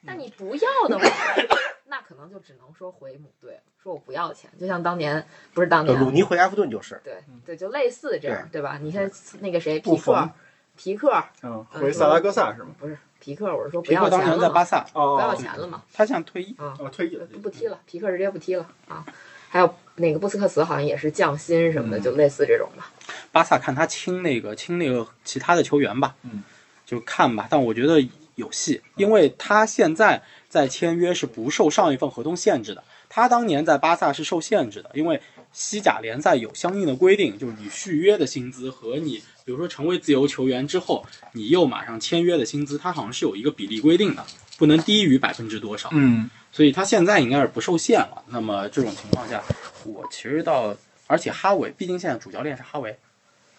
S1: 但你不要的话， 那可能就只能说回母队，说我不要钱。就像当年不是当
S4: 嗯
S3: 呃
S1: 年，
S5: 鲁尼回埃弗顿就是，
S1: 对对，就类似这样，对吧？你看那个谁，
S2: 不
S1: 皮
S2: 逢
S1: 克，皮克
S3: 嗯，
S2: 回萨拉戈萨是吗？
S1: 不是皮克，我是说不
S3: 皮
S1: 要
S3: 克当
S1: 钱
S3: 年在
S1: 了
S3: 巴
S1: 嘛，
S3: 萨，
S2: 哦，
S1: 不要钱了嘛，
S3: 他想退役，
S2: 哦，退役了，
S1: 不踢了，皮克直接不踢了啊。还有那个布斯克茨好像也是降薪什
S5: 嗯
S1: 么的，就类似这种吧。
S3: 巴萨看他清那个清那个其他的球员吧，
S2: 嗯，
S3: 就看吧。但我觉得有戏，因为他现在在签约是不受上一份合同限制的。他当年在巴萨是受限制的，因为西甲联赛有相应的规定，就是你续约的薪资和你比如说成为自由球员之后，你又马上签约的薪资，它好像是有一个比例规定的，不能低于百分之多少。
S2: 嗯，
S3: 所以他现在应该是不受限了。那么这种情况下，我其实到，而且哈维，毕竟现在主教练是哈维，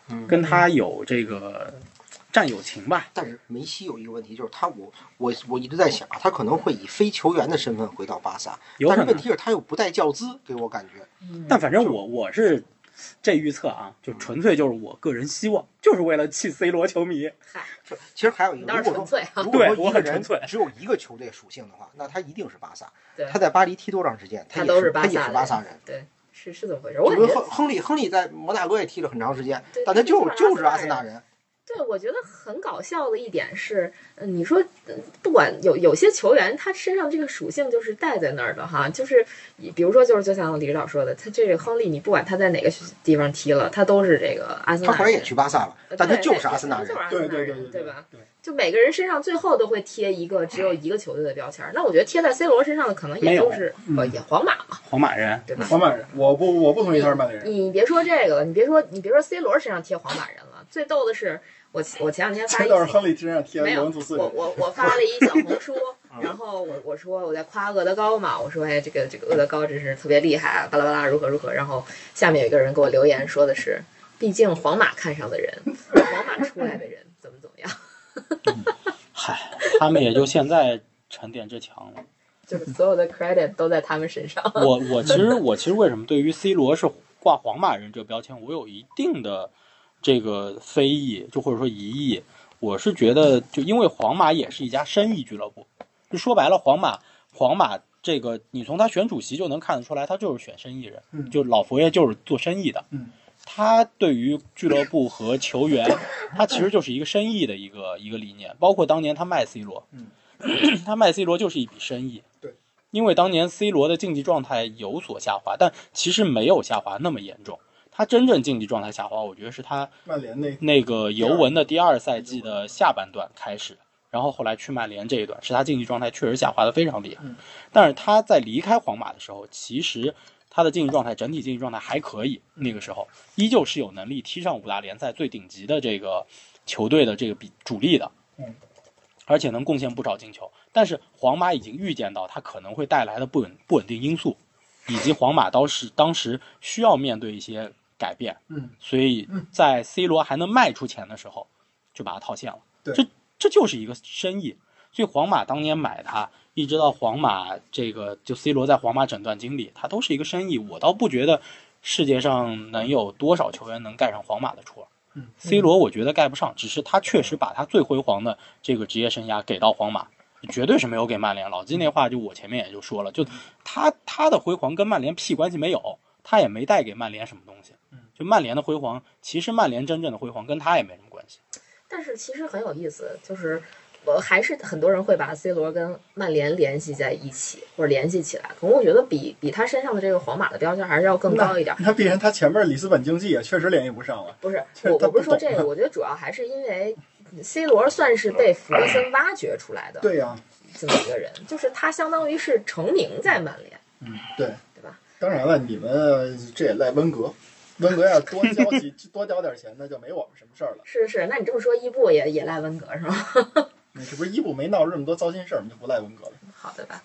S5: 嗯
S3: 跟他有这个战友情吧。
S5: 但是梅西有一个问题，就是他我我我一直在想啊，他可能会以非球员的身份回到巴萨，
S3: 有
S5: 但
S3: 可
S5: 是
S3: 能
S5: 问题是他又不带教资，给我感觉。
S3: 但反正我我是这预测啊，就纯粹就是我个人希望，就是为了气 C 罗球迷。
S5: 这其实还有一
S1: 你
S5: 个，
S1: 倒
S5: 如
S1: 是
S5: 果
S1: 纯
S5: 说
S1: 粹啊，
S5: 如果
S3: 对
S5: 说
S3: 我
S5: 一个
S3: 很纯
S5: 人
S3: 粹
S5: 只有一个球队属性的话，那他一定是巴萨。
S1: 对
S5: 他在巴黎踢多长时间，
S1: 他
S5: 也
S1: 都
S5: 是
S1: 巴
S5: 他也
S1: 萨
S5: 是
S1: 的
S5: 巴萨人。
S1: 对，是是怎么回事？
S5: 就
S1: 我感
S5: 跟
S1: 觉
S5: 亨亨利亨利在摩纳哥也踢了很长时间，
S1: 对
S5: 但他就
S1: 他就是
S5: 就
S1: 阿森纳
S5: 是阿森纳
S1: 人
S5: 人。
S1: 对，我觉得很搞笑的一点是，嗯，你说呃不管有有些球员，他身上这个属性就是带在那儿的哈，就是比如说就是就像李指导说的，他这个亨利，你不管他在哪个地方踢了，他都是这个阿森
S5: 他
S1: 纳人。
S5: 后来也去巴萨了，
S1: 呃，
S5: 但他
S1: 对
S5: 就是阿森纳
S1: 他
S5: 人
S1: 就是。阿
S2: 对
S1: 森纳
S2: 对对
S1: 人，
S2: 对
S1: 吧？
S2: 对
S1: 就每个人身上最后都会贴一个只有一个球队的标签儿，那我觉得贴在 C 罗身上的可能
S3: 没
S1: 也
S3: 有嗯
S1: 就是呃也皇马嘛，
S3: 皇马人，
S1: 对吧？
S2: 皇马人，我不我不同意他是曼
S3: 嗯
S2: 联人，
S1: 你别说这个了，你别说你别说 C 罗身上贴皇马人了，最逗的是我我前两天发
S2: 这
S1: 一
S2: 倒是亨利身上贴
S1: 没
S2: 尤
S1: 有
S2: 文图斯
S1: 我
S2: 人，
S1: 我我发了一小红 书，然后我我说我在夸厄德高嘛，我说哎这个这个厄德高真是特别厉害，啊巴拉巴拉如何如何，然后下面有一个人给我留言说的是，毕竟皇马看上的人，皇马出来的人怎么怎么样，
S3: 嗨，他们也就现在沉淀这强了。
S1: 就是所有的 credit 都在他们身 上。
S3: 我我其实我其实为什么对于 C 罗是挂皇马人这个标签，我有一定的这个非议，就或者说疑义。我是觉得，就因为皇马也是一家生意俱乐部，就说白了，皇马皇马这个，你从他选主席就能看得出来，他就是选生意人，
S2: 嗯
S3: 就老佛爷就是做生意的。
S2: 嗯
S3: 他对于俱乐部和球员，他其实就是一个生意的一个一个理念，包括当年他卖 C 罗，
S2: 嗯
S3: 他卖 C 罗就是一笔生意。因为当年 C 罗的竞技状态有所下滑，但其实没有下滑那么严重。他真正竞技状态下滑，我觉得是他
S2: 曼联那
S3: 那个尤文的第二赛季的下半段开始，然后后来去曼联这一段，是他竞技状态确实下滑的非常厉害
S2: 嗯。
S3: 但是他在离开皇马的时候，其实他的竞技状态整体竞技状态还可以，
S2: 嗯
S3: 那个时候依旧是有能力踢上五大联赛最顶级的这个球队的这个比主力的
S2: 嗯，
S3: 而且能贡献不少进球。但是皇马已经预见到他可能会带来的不稳不稳定因素，以及皇马当时当时需要面对一些改变。
S2: 嗯，
S3: 所以在 C 罗还能卖出钱的时候，就把他套现了。
S2: 对
S3: 这这就是一个生意。所以皇马当年买他，一直到皇马这个就 C 罗在皇马整段经历，他都是一个生意。我倒不觉得世界上能有多少球员能盖上皇马的戳。
S2: 嗯
S3: C 罗我觉得盖不上，只是他确实把他最辉煌的这个职业生涯给到皇马，绝对是没有给曼联。老金那话就我前面也就说
S2: 嗯
S3: 了，就他他的辉煌跟曼联屁关系没有，他也没带给曼联什么东西。就曼联的辉煌，其实曼联真正的辉煌跟他也没什么关系。
S1: 但是其实很有意思，就是我还是很多人会把 C 罗跟曼联联系在一起，或者联系起来。可能我觉得比比他身上的这个皇马的标签还是要更高一点。
S2: 那必然他前面里斯本竞技也确实联系不上了，
S1: 不是
S2: 这
S1: 我，
S2: 他
S1: 我不是
S2: 不
S1: 说
S2: 懂
S1: 这个，我觉得主要还是因为 C 罗算是被弗格森挖掘出来的
S2: 对呀，
S1: 这么一个人，就是他相当于是成名在曼联。
S2: 嗯，对，
S1: 对吧？
S2: 当然了，你们这也赖温格，温格要是多交几 多交点钱，那就没我们什么事儿了。
S1: 是是，那你这么说，伊布也也赖温格是吗？
S2: 你这不是伊布没闹出这么多糟心事儿，我们就不赖温格了。
S1: 好的吧。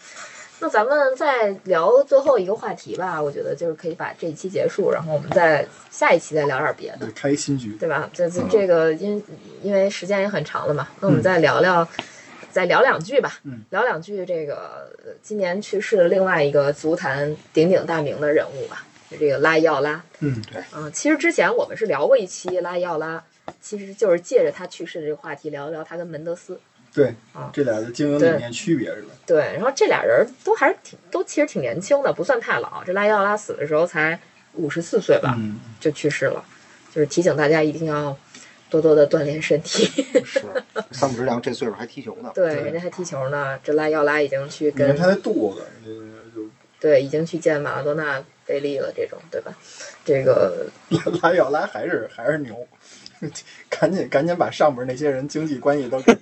S1: 那咱们再聊最后一个话题吧，我觉得就是可以把这一期结束，然后我们再下一期再聊点别的。
S2: 开新局，
S1: 对吧？这这
S2: 嗯
S1: 这个因因为时间也很长了嘛，那我们再聊聊，再聊两句吧。
S2: 嗯
S1: 聊两句这个呃今年去世的另外一个足坛鼎鼎大名的人物吧。这个拉伊奥拉。
S2: 嗯，
S5: 对，
S1: 嗯，其实之前我们是聊过一期拉伊奥拉，其实就是借着他去世这个话题聊一聊他跟门德斯。
S2: 对
S1: 啊，
S2: 这俩的经营理念区别是吧？
S1: 对，然后这俩人都还是挺都其实挺年轻的，不算太老。这拉伊奥拉死的时候才五十四岁吧，
S2: 嗯，
S1: 就去世了。就是提醒大家一定要多多的锻炼身体。
S4: 是
S5: 三浦知良这岁数还踢球呢，
S1: 对，
S2: 对
S1: 人家还踢球呢，这拉伊奥拉已经去
S2: 你看
S1: 跟
S2: 他的肚子，就
S1: 对已经去见马拉多纳、贝利了，这种对吧？这个
S2: 就拉要拉还是还是牛，赶紧赶紧把上边那些人经济关系都给，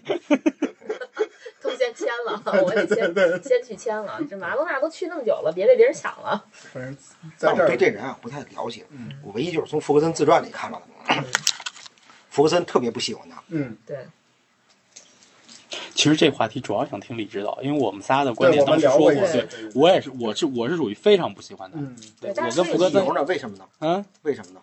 S1: 都先签 了，我得
S2: 对 对
S1: 先
S2: 对，
S1: 先去签了。这马拉多纳都去那么久了，别被别人抢了。
S2: 反正在
S5: 但
S2: 这
S5: 我对
S2: 儿，
S5: 这人啊不太了解
S2: 嗯，
S5: 我唯一就是从弗格森自传里看到的
S1: 嗯，
S5: 弗格森特别不喜欢他，
S2: 嗯，
S1: 对，
S3: 其实这话题主要想听李指导，因为我们仨的观
S2: 对，
S3: 点
S2: 我们
S3: 当时
S2: 聊过
S3: 说过，
S2: 一
S1: 我
S2: 次
S3: 对，，
S2: 对
S3: 我也是，我是我是属于非常不喜欢他。
S2: 嗯，
S3: 对
S1: 对但
S3: 我
S1: 是
S3: 跟福格
S5: 理
S3: 森
S5: 由呢？为什么呢？
S3: 嗯，
S5: 为什么呢？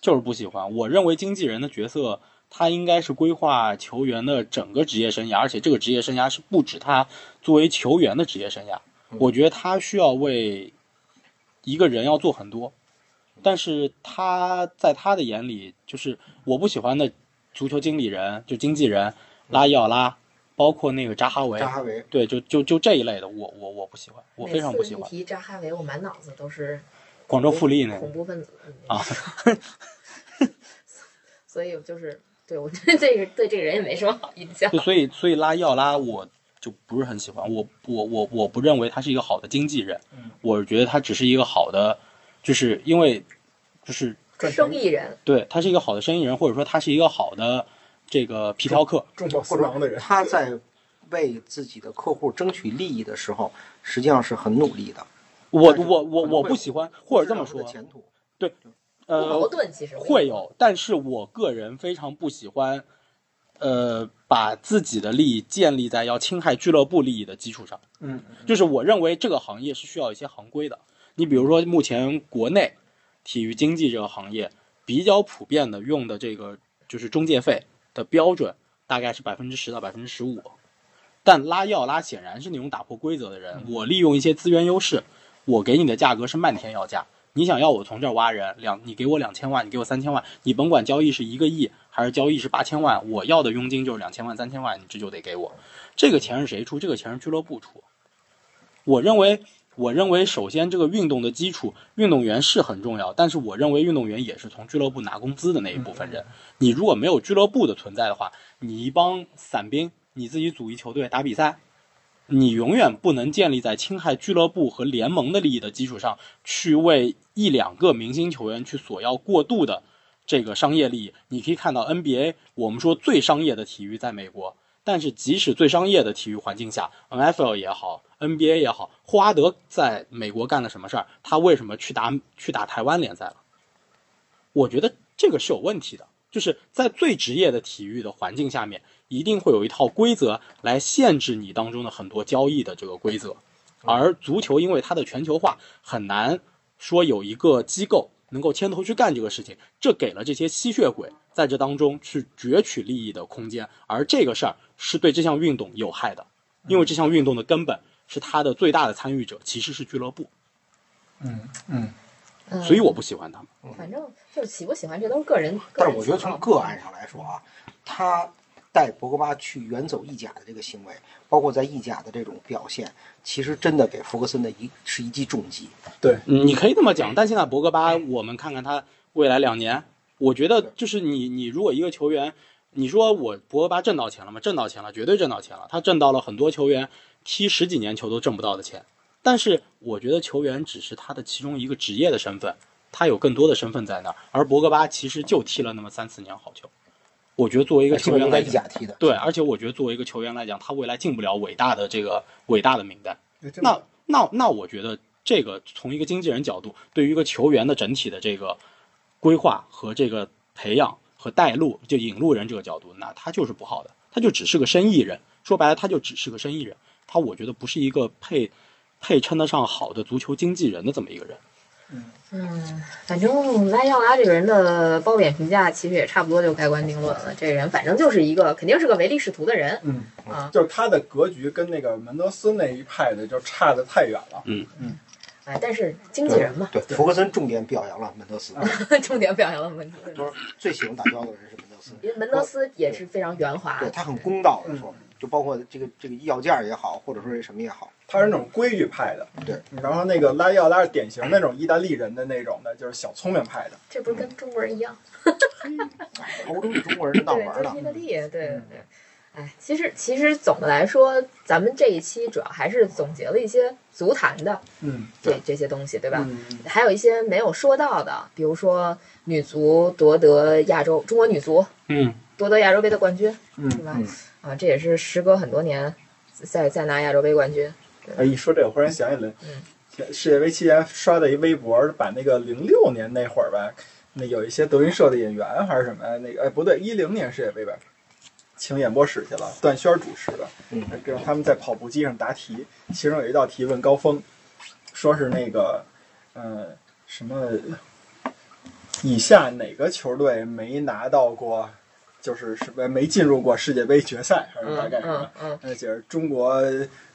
S3: 就是不喜欢。我认为经纪人的角色，他应该是规划球员的整个职业生涯，而且这个职业生涯是不止他作为球员的职业生涯。我觉得他需要为一个人要做很多，但是他在他的眼里，就是我不喜欢的足球经理人，就经纪人拉伊奥拉，包括那个嗯扎哈维
S5: 扎，哈维
S3: 对，就就就这一类的，我我我不喜欢，我非常不喜
S1: 每
S3: 欢
S1: 次一提扎哈维，我满脑子都是
S3: 广州富力那
S1: 恐
S3: 个。
S1: 怖分子嗯
S3: 啊
S1: 所以我就是对我对这个对这个人也没什么好印象
S3: 就。所以所以拉伊奥拉我就不是很喜欢，我我我我不认为他是一个好的经纪人，
S2: 嗯
S3: 我觉得他只是一个好的，就是因为就是
S2: 赚
S1: 生
S2: 钱
S1: 意人，
S3: 对他是一个好的生意人，或者说他是一个好的这个皮条客，
S2: 众豹私
S5: 或
S2: 囊的
S5: 者
S2: 人，
S5: 他在为自己的客户争取利益的时候，实际上是很努力的。
S3: 我
S5: 但是
S3: 我我
S5: 可能
S3: 我
S5: 会
S3: 不喜欢，或者这么
S5: 知道
S3: 说
S5: 他的，前途
S1: 不矛
S3: 呃，
S1: 盾其实
S3: 会有，但是我个人非常不喜欢，呃，把自己的利益建立在要侵害俱乐部利益的基础上。
S2: 嗯，
S3: 就是我认为这个行业是需要一些行规的。你比如说，目前国内体育经济这个行业比较普遍的用的这个就是中介费的标准，大概是百分之十到百分之十五。但拉伊奥拉显然是那种打破规则的人，我利用一些资源优势，我给你的价格是漫天要价。你想要我从这儿挖人，两你给我两千万，你给我三千万，你甭管交易是一个亿还是交易是八千万，我要的佣金就是两千万、三千万，你这就得给我。这个钱是谁出？这个钱是俱乐部出。我认为，我认为首先这个运动的基础，运动员是很重要，但是我认为运动员也是从俱乐部拿工资的那一部分人。你如果没有俱乐部的存在的话，你一帮散兵，你自己组一球队打比赛，你永远不能建立在侵害俱乐部和联盟的利益的基础上，去为一两个明星球员去索要过度的这个商业利益。你可以看到 NBA，我们说最商业的体育在美国，但是即使最商业的体育环境下，NFL 也好，NBA 也好，霍华德在美国干了什么事儿？他为什么去打去打台湾联赛了？我觉得这个是有问题的，就是在最职业的体育的环境下面，一定会有一套规则来限制你当中的很多交易的这个规则。而足球因为它的全球化，很难说有一个机构能够牵头去干这个事情，这给了这些吸血鬼在这当中去攫取利益的空间，而这个事儿是对这项运动有害的，因为这项运动的根本是它的最大的参与者其实是俱乐部，
S2: 嗯嗯，
S1: 嗯
S3: 所以我不喜欢他们。
S1: 反正就是喜不喜欢，这都是个人。
S5: 但
S1: 个人
S5: 是我觉得从
S1: 喜好
S5: 个案上来说啊，他带博格巴去远走意甲的这个行为，包括在意甲的这种表现，其实真的给弗格森的一是一记重击。
S3: 嗯你可以这么讲，但现在博格巴，我们看看他未来两年，我觉得就是你你如果一个球员，你说我博格巴挣到钱了吗？挣到钱了，绝对挣到钱了，他挣到了很多球员踢十几年球都挣不到的钱。但是我觉得球员只是他的其中一个职业的身份，他有更多的身份在那儿。而博格巴其实就踢了那么三四年好球，我觉得哎作为一个
S5: 基
S3: 球
S5: 本
S3: 员
S5: 都在
S3: 来
S5: 意
S3: 讲，
S5: 甲踢的，
S3: 对，
S2: 啊
S3: 而且我觉得作为一个球员来讲，他未来进不了伟大的这个伟大的名单。
S2: 哎这
S3: 那那那我觉得这个从一个经纪人角度，对于一个球员的整体的这个规划和这个培养和带路，就引路人这个角度，那他就是不好的，他就只是个生意人。说白了，他就只是个生意人，他我觉得不是一个配配称得上好的足球经纪人的这么一个人。
S1: 嗯，反正拉伊奥拉这个人的褒贬评价其实也差不多就盖棺定论了。这个人反正就是一个肯定是个唯利是图的人
S2: 嗯，
S1: 啊。
S2: 就是他的格局跟那个门德斯那一派的就差的太远了。
S1: 哎，但是经纪人嘛，
S4: 对，弗格森重点表扬了门德斯，
S1: 重点表扬了门德斯。
S4: 最喜欢打交道的人是门德斯。
S1: 因为门德斯也是非常圆滑
S4: 对，他很公道的说，就包括这个这个要价也好，或者说是什么也好，
S2: 他是那种规矩派的，
S4: 对。
S2: 然后那个拉伊奥拉是典型那种意大利人的那种的，就是小聪明派的。
S1: 这不是跟中国人一样？
S4: 欧洲的中国人是嗯闹
S1: 对，
S4: 玩
S1: 就是
S4: 的嗯
S1: 意，大利，对对对。哎，其实其实总的来说，咱们这一期主要还是总结了一些足坛的
S2: 嗯，
S1: 这这些东西，对吧？
S2: 嗯，
S1: 还有一些没有说到的，比如说女足夺得亚洲，中国女足
S3: 嗯，
S1: 夺得亚洲杯的冠军，
S2: 嗯
S1: 是吧？
S4: 嗯
S1: 啊，这也是时隔很多年再再拿亚洲杯冠军，
S2: 哎，一说这，我忽然想起来
S1: 嗯，
S2: 前世界杯期间刷的一微博，把那个零六年那会儿吧，那有一些德云社的演员还是什么呀，那个哎不对，一零年世界杯吧，请演播室去了，段暄主持的，
S4: 嗯，
S2: 让他们在跑步机上答题，其中有一道题问高峰，说是那个，呃，什么，以下哪个球队没拿到过，就是什么没进入过世界杯决赛，还是大
S1: 嗯
S2: 概什么？
S1: 嗯嗯，
S2: 那呃就是中国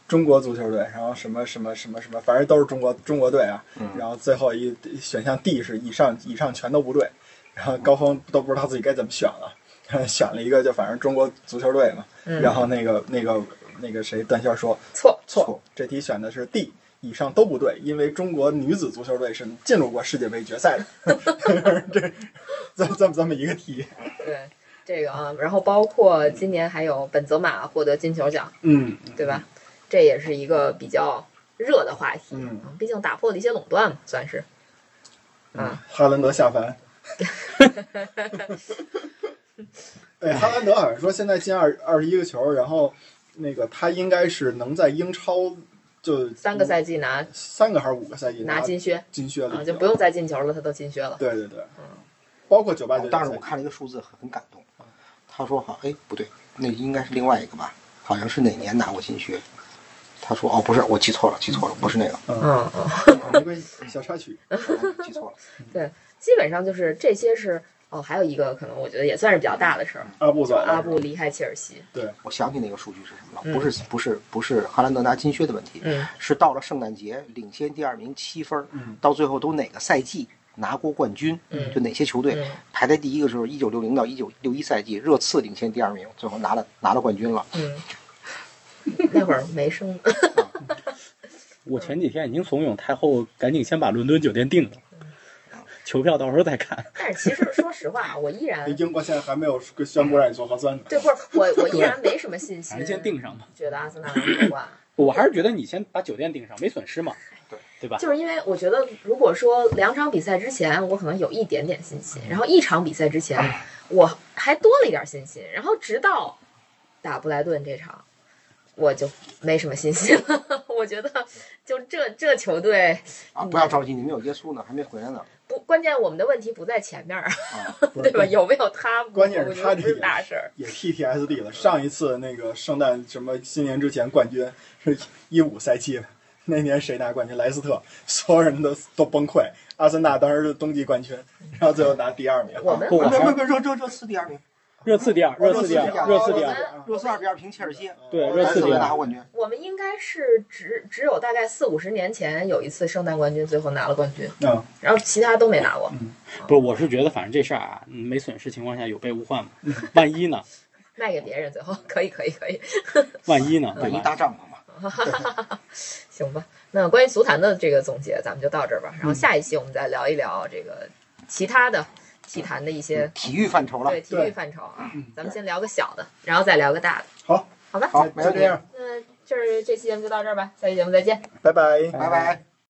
S2: 中国足球队，然后什么什么什么什么，反正都是中国中国队啊。然后最后一选项 D 是以上以上全都不对，然后高峰都不知道自己该怎么选了， 选了一个就反正中国足球队嘛。
S1: 嗯
S2: 然后那个那个那个谁段暄说
S1: 错，
S2: 错，这题选的是 D。以上都不对，因为中国女子足球队是进入过世界杯决赛的， 这这这么这么一个题，
S1: 对这个啊，然后包括今年还有本泽马获得金球奖，
S2: 嗯
S1: 对吧？这也是一个比较热的话题，
S2: 嗯，
S1: 毕竟打破了一些垄断嘛，算是。嗯，
S2: 哈兰德下 凡。对，哈兰德好像说现在进二二十一个球，然后那个他应该是能在英超就
S1: 三个赛季拿
S2: 三个还是五个赛季
S1: 拿金靴
S2: 金靴了
S1: 啊，
S2: 已经，
S1: 就不用再嗯进球了，他都金靴了。
S2: 对对对，包括九八
S4: 哦
S2: 九，
S4: 当时我看了一个数字很很感动，他说好，哎，不对，那应该是另外一个吧，好像是哪年拿过金靴？他说哦，不是，我记错了，记错了，不是那个，
S1: 嗯嗯，
S2: 没关系，小插曲，
S4: 记错了。
S1: 基本上就是这些是哦，还有一个可能我觉得也算是比较大的事儿，
S2: 阿布走了，
S1: 阿布离开切尔西。
S4: 我想起那个数据是什么
S1: 嗯
S4: 了，不是不是不是哈兰德拿金靴的问题，
S1: 嗯
S4: 是到了圣诞节领先第二名七分儿
S2: 嗯，
S4: 到最后都哪个赛季拿过冠军
S1: 嗯，
S4: 就哪些球队
S1: 嗯
S4: 排在第一个时候，一九六零到一九六一赛季，热刺领先第二名，最后拿了拿了冠军了。
S1: 嗯，那会儿没生，
S3: 我前几天已经怂恿太后赶紧先把伦敦酒店订了，球票到时候再看。
S1: 但是其实说实话，我依然
S2: 英国现在还没有宣布让你做核酸呢。
S1: 对，不是我我依然没什么信
S3: 反
S1: 心，
S3: 正先订上吧，
S1: 觉得阿森纳能夺冠。
S2: 啊
S3: 我还是觉得你先把酒店订上，没损失嘛，
S4: 对
S3: 对 吧？
S1: 就是因为我觉得，如果说两场比赛之前，我可能有一点点信心，然后一场比赛之前，我还多了一点信心，然后直到打布莱顿这场，我就没什么信心了。 我觉得，就这这球队
S4: 啊，不要着急，你们有耶稣呢，还没回来呢。
S1: 不，关键我们的问题不在前面儿，
S4: 啊，
S1: 对吧？有没有他，
S2: 关键是
S1: 我觉
S2: 他
S1: 得
S2: 这
S1: 不是
S2: 个
S1: 大事儿。
S2: 也 PTSD 了。上一次那个圣诞什么新年之前冠军是一五赛季吧，那年谁拿冠军？莱斯特，所有人都都崩溃。阿森纳当时是冬季冠军，然后最后拿第二名。
S1: 我们
S3: 不，我
S4: 别别
S3: 还
S4: 别，热热热刺第二名，
S3: 热刺第二，热刺第二，热刺第
S1: 我
S3: 二
S1: 们。
S4: 热刺二比二平切尔西，
S3: 对热
S4: 莱
S3: 刺
S4: 斯
S3: 第
S4: 特
S3: 二
S4: 拿冠军。
S1: 我们应该是只只有大概四五十年前有一次圣诞冠军，最后拿了冠军，
S2: 嗯，
S1: 然后其他都没拿过。
S3: 不是，我是觉得反正这事儿啊，嗯没损失情况下有备无患嘛。万一呢？
S1: 卖给别人，最后可以可以可以，
S3: 万一呢？对
S4: 万呃一
S3: 吧？
S4: 搭帐篷嘛，
S1: 行吧。那关于足坛的这个总结，咱们就到这儿吧。然后下一期我们再聊一聊这个其他的体坛的一些
S4: 体育范畴嗯了
S1: 对。体育范畴啊。咱们先聊个小的，然后再聊个大的。
S2: 好，
S1: 好吧，
S4: 好，没
S2: 就
S4: 问题
S2: 这，样，
S1: 那这儿这期节目就到这儿吧，下期节目再见。
S2: 拜拜。
S4: 拜拜。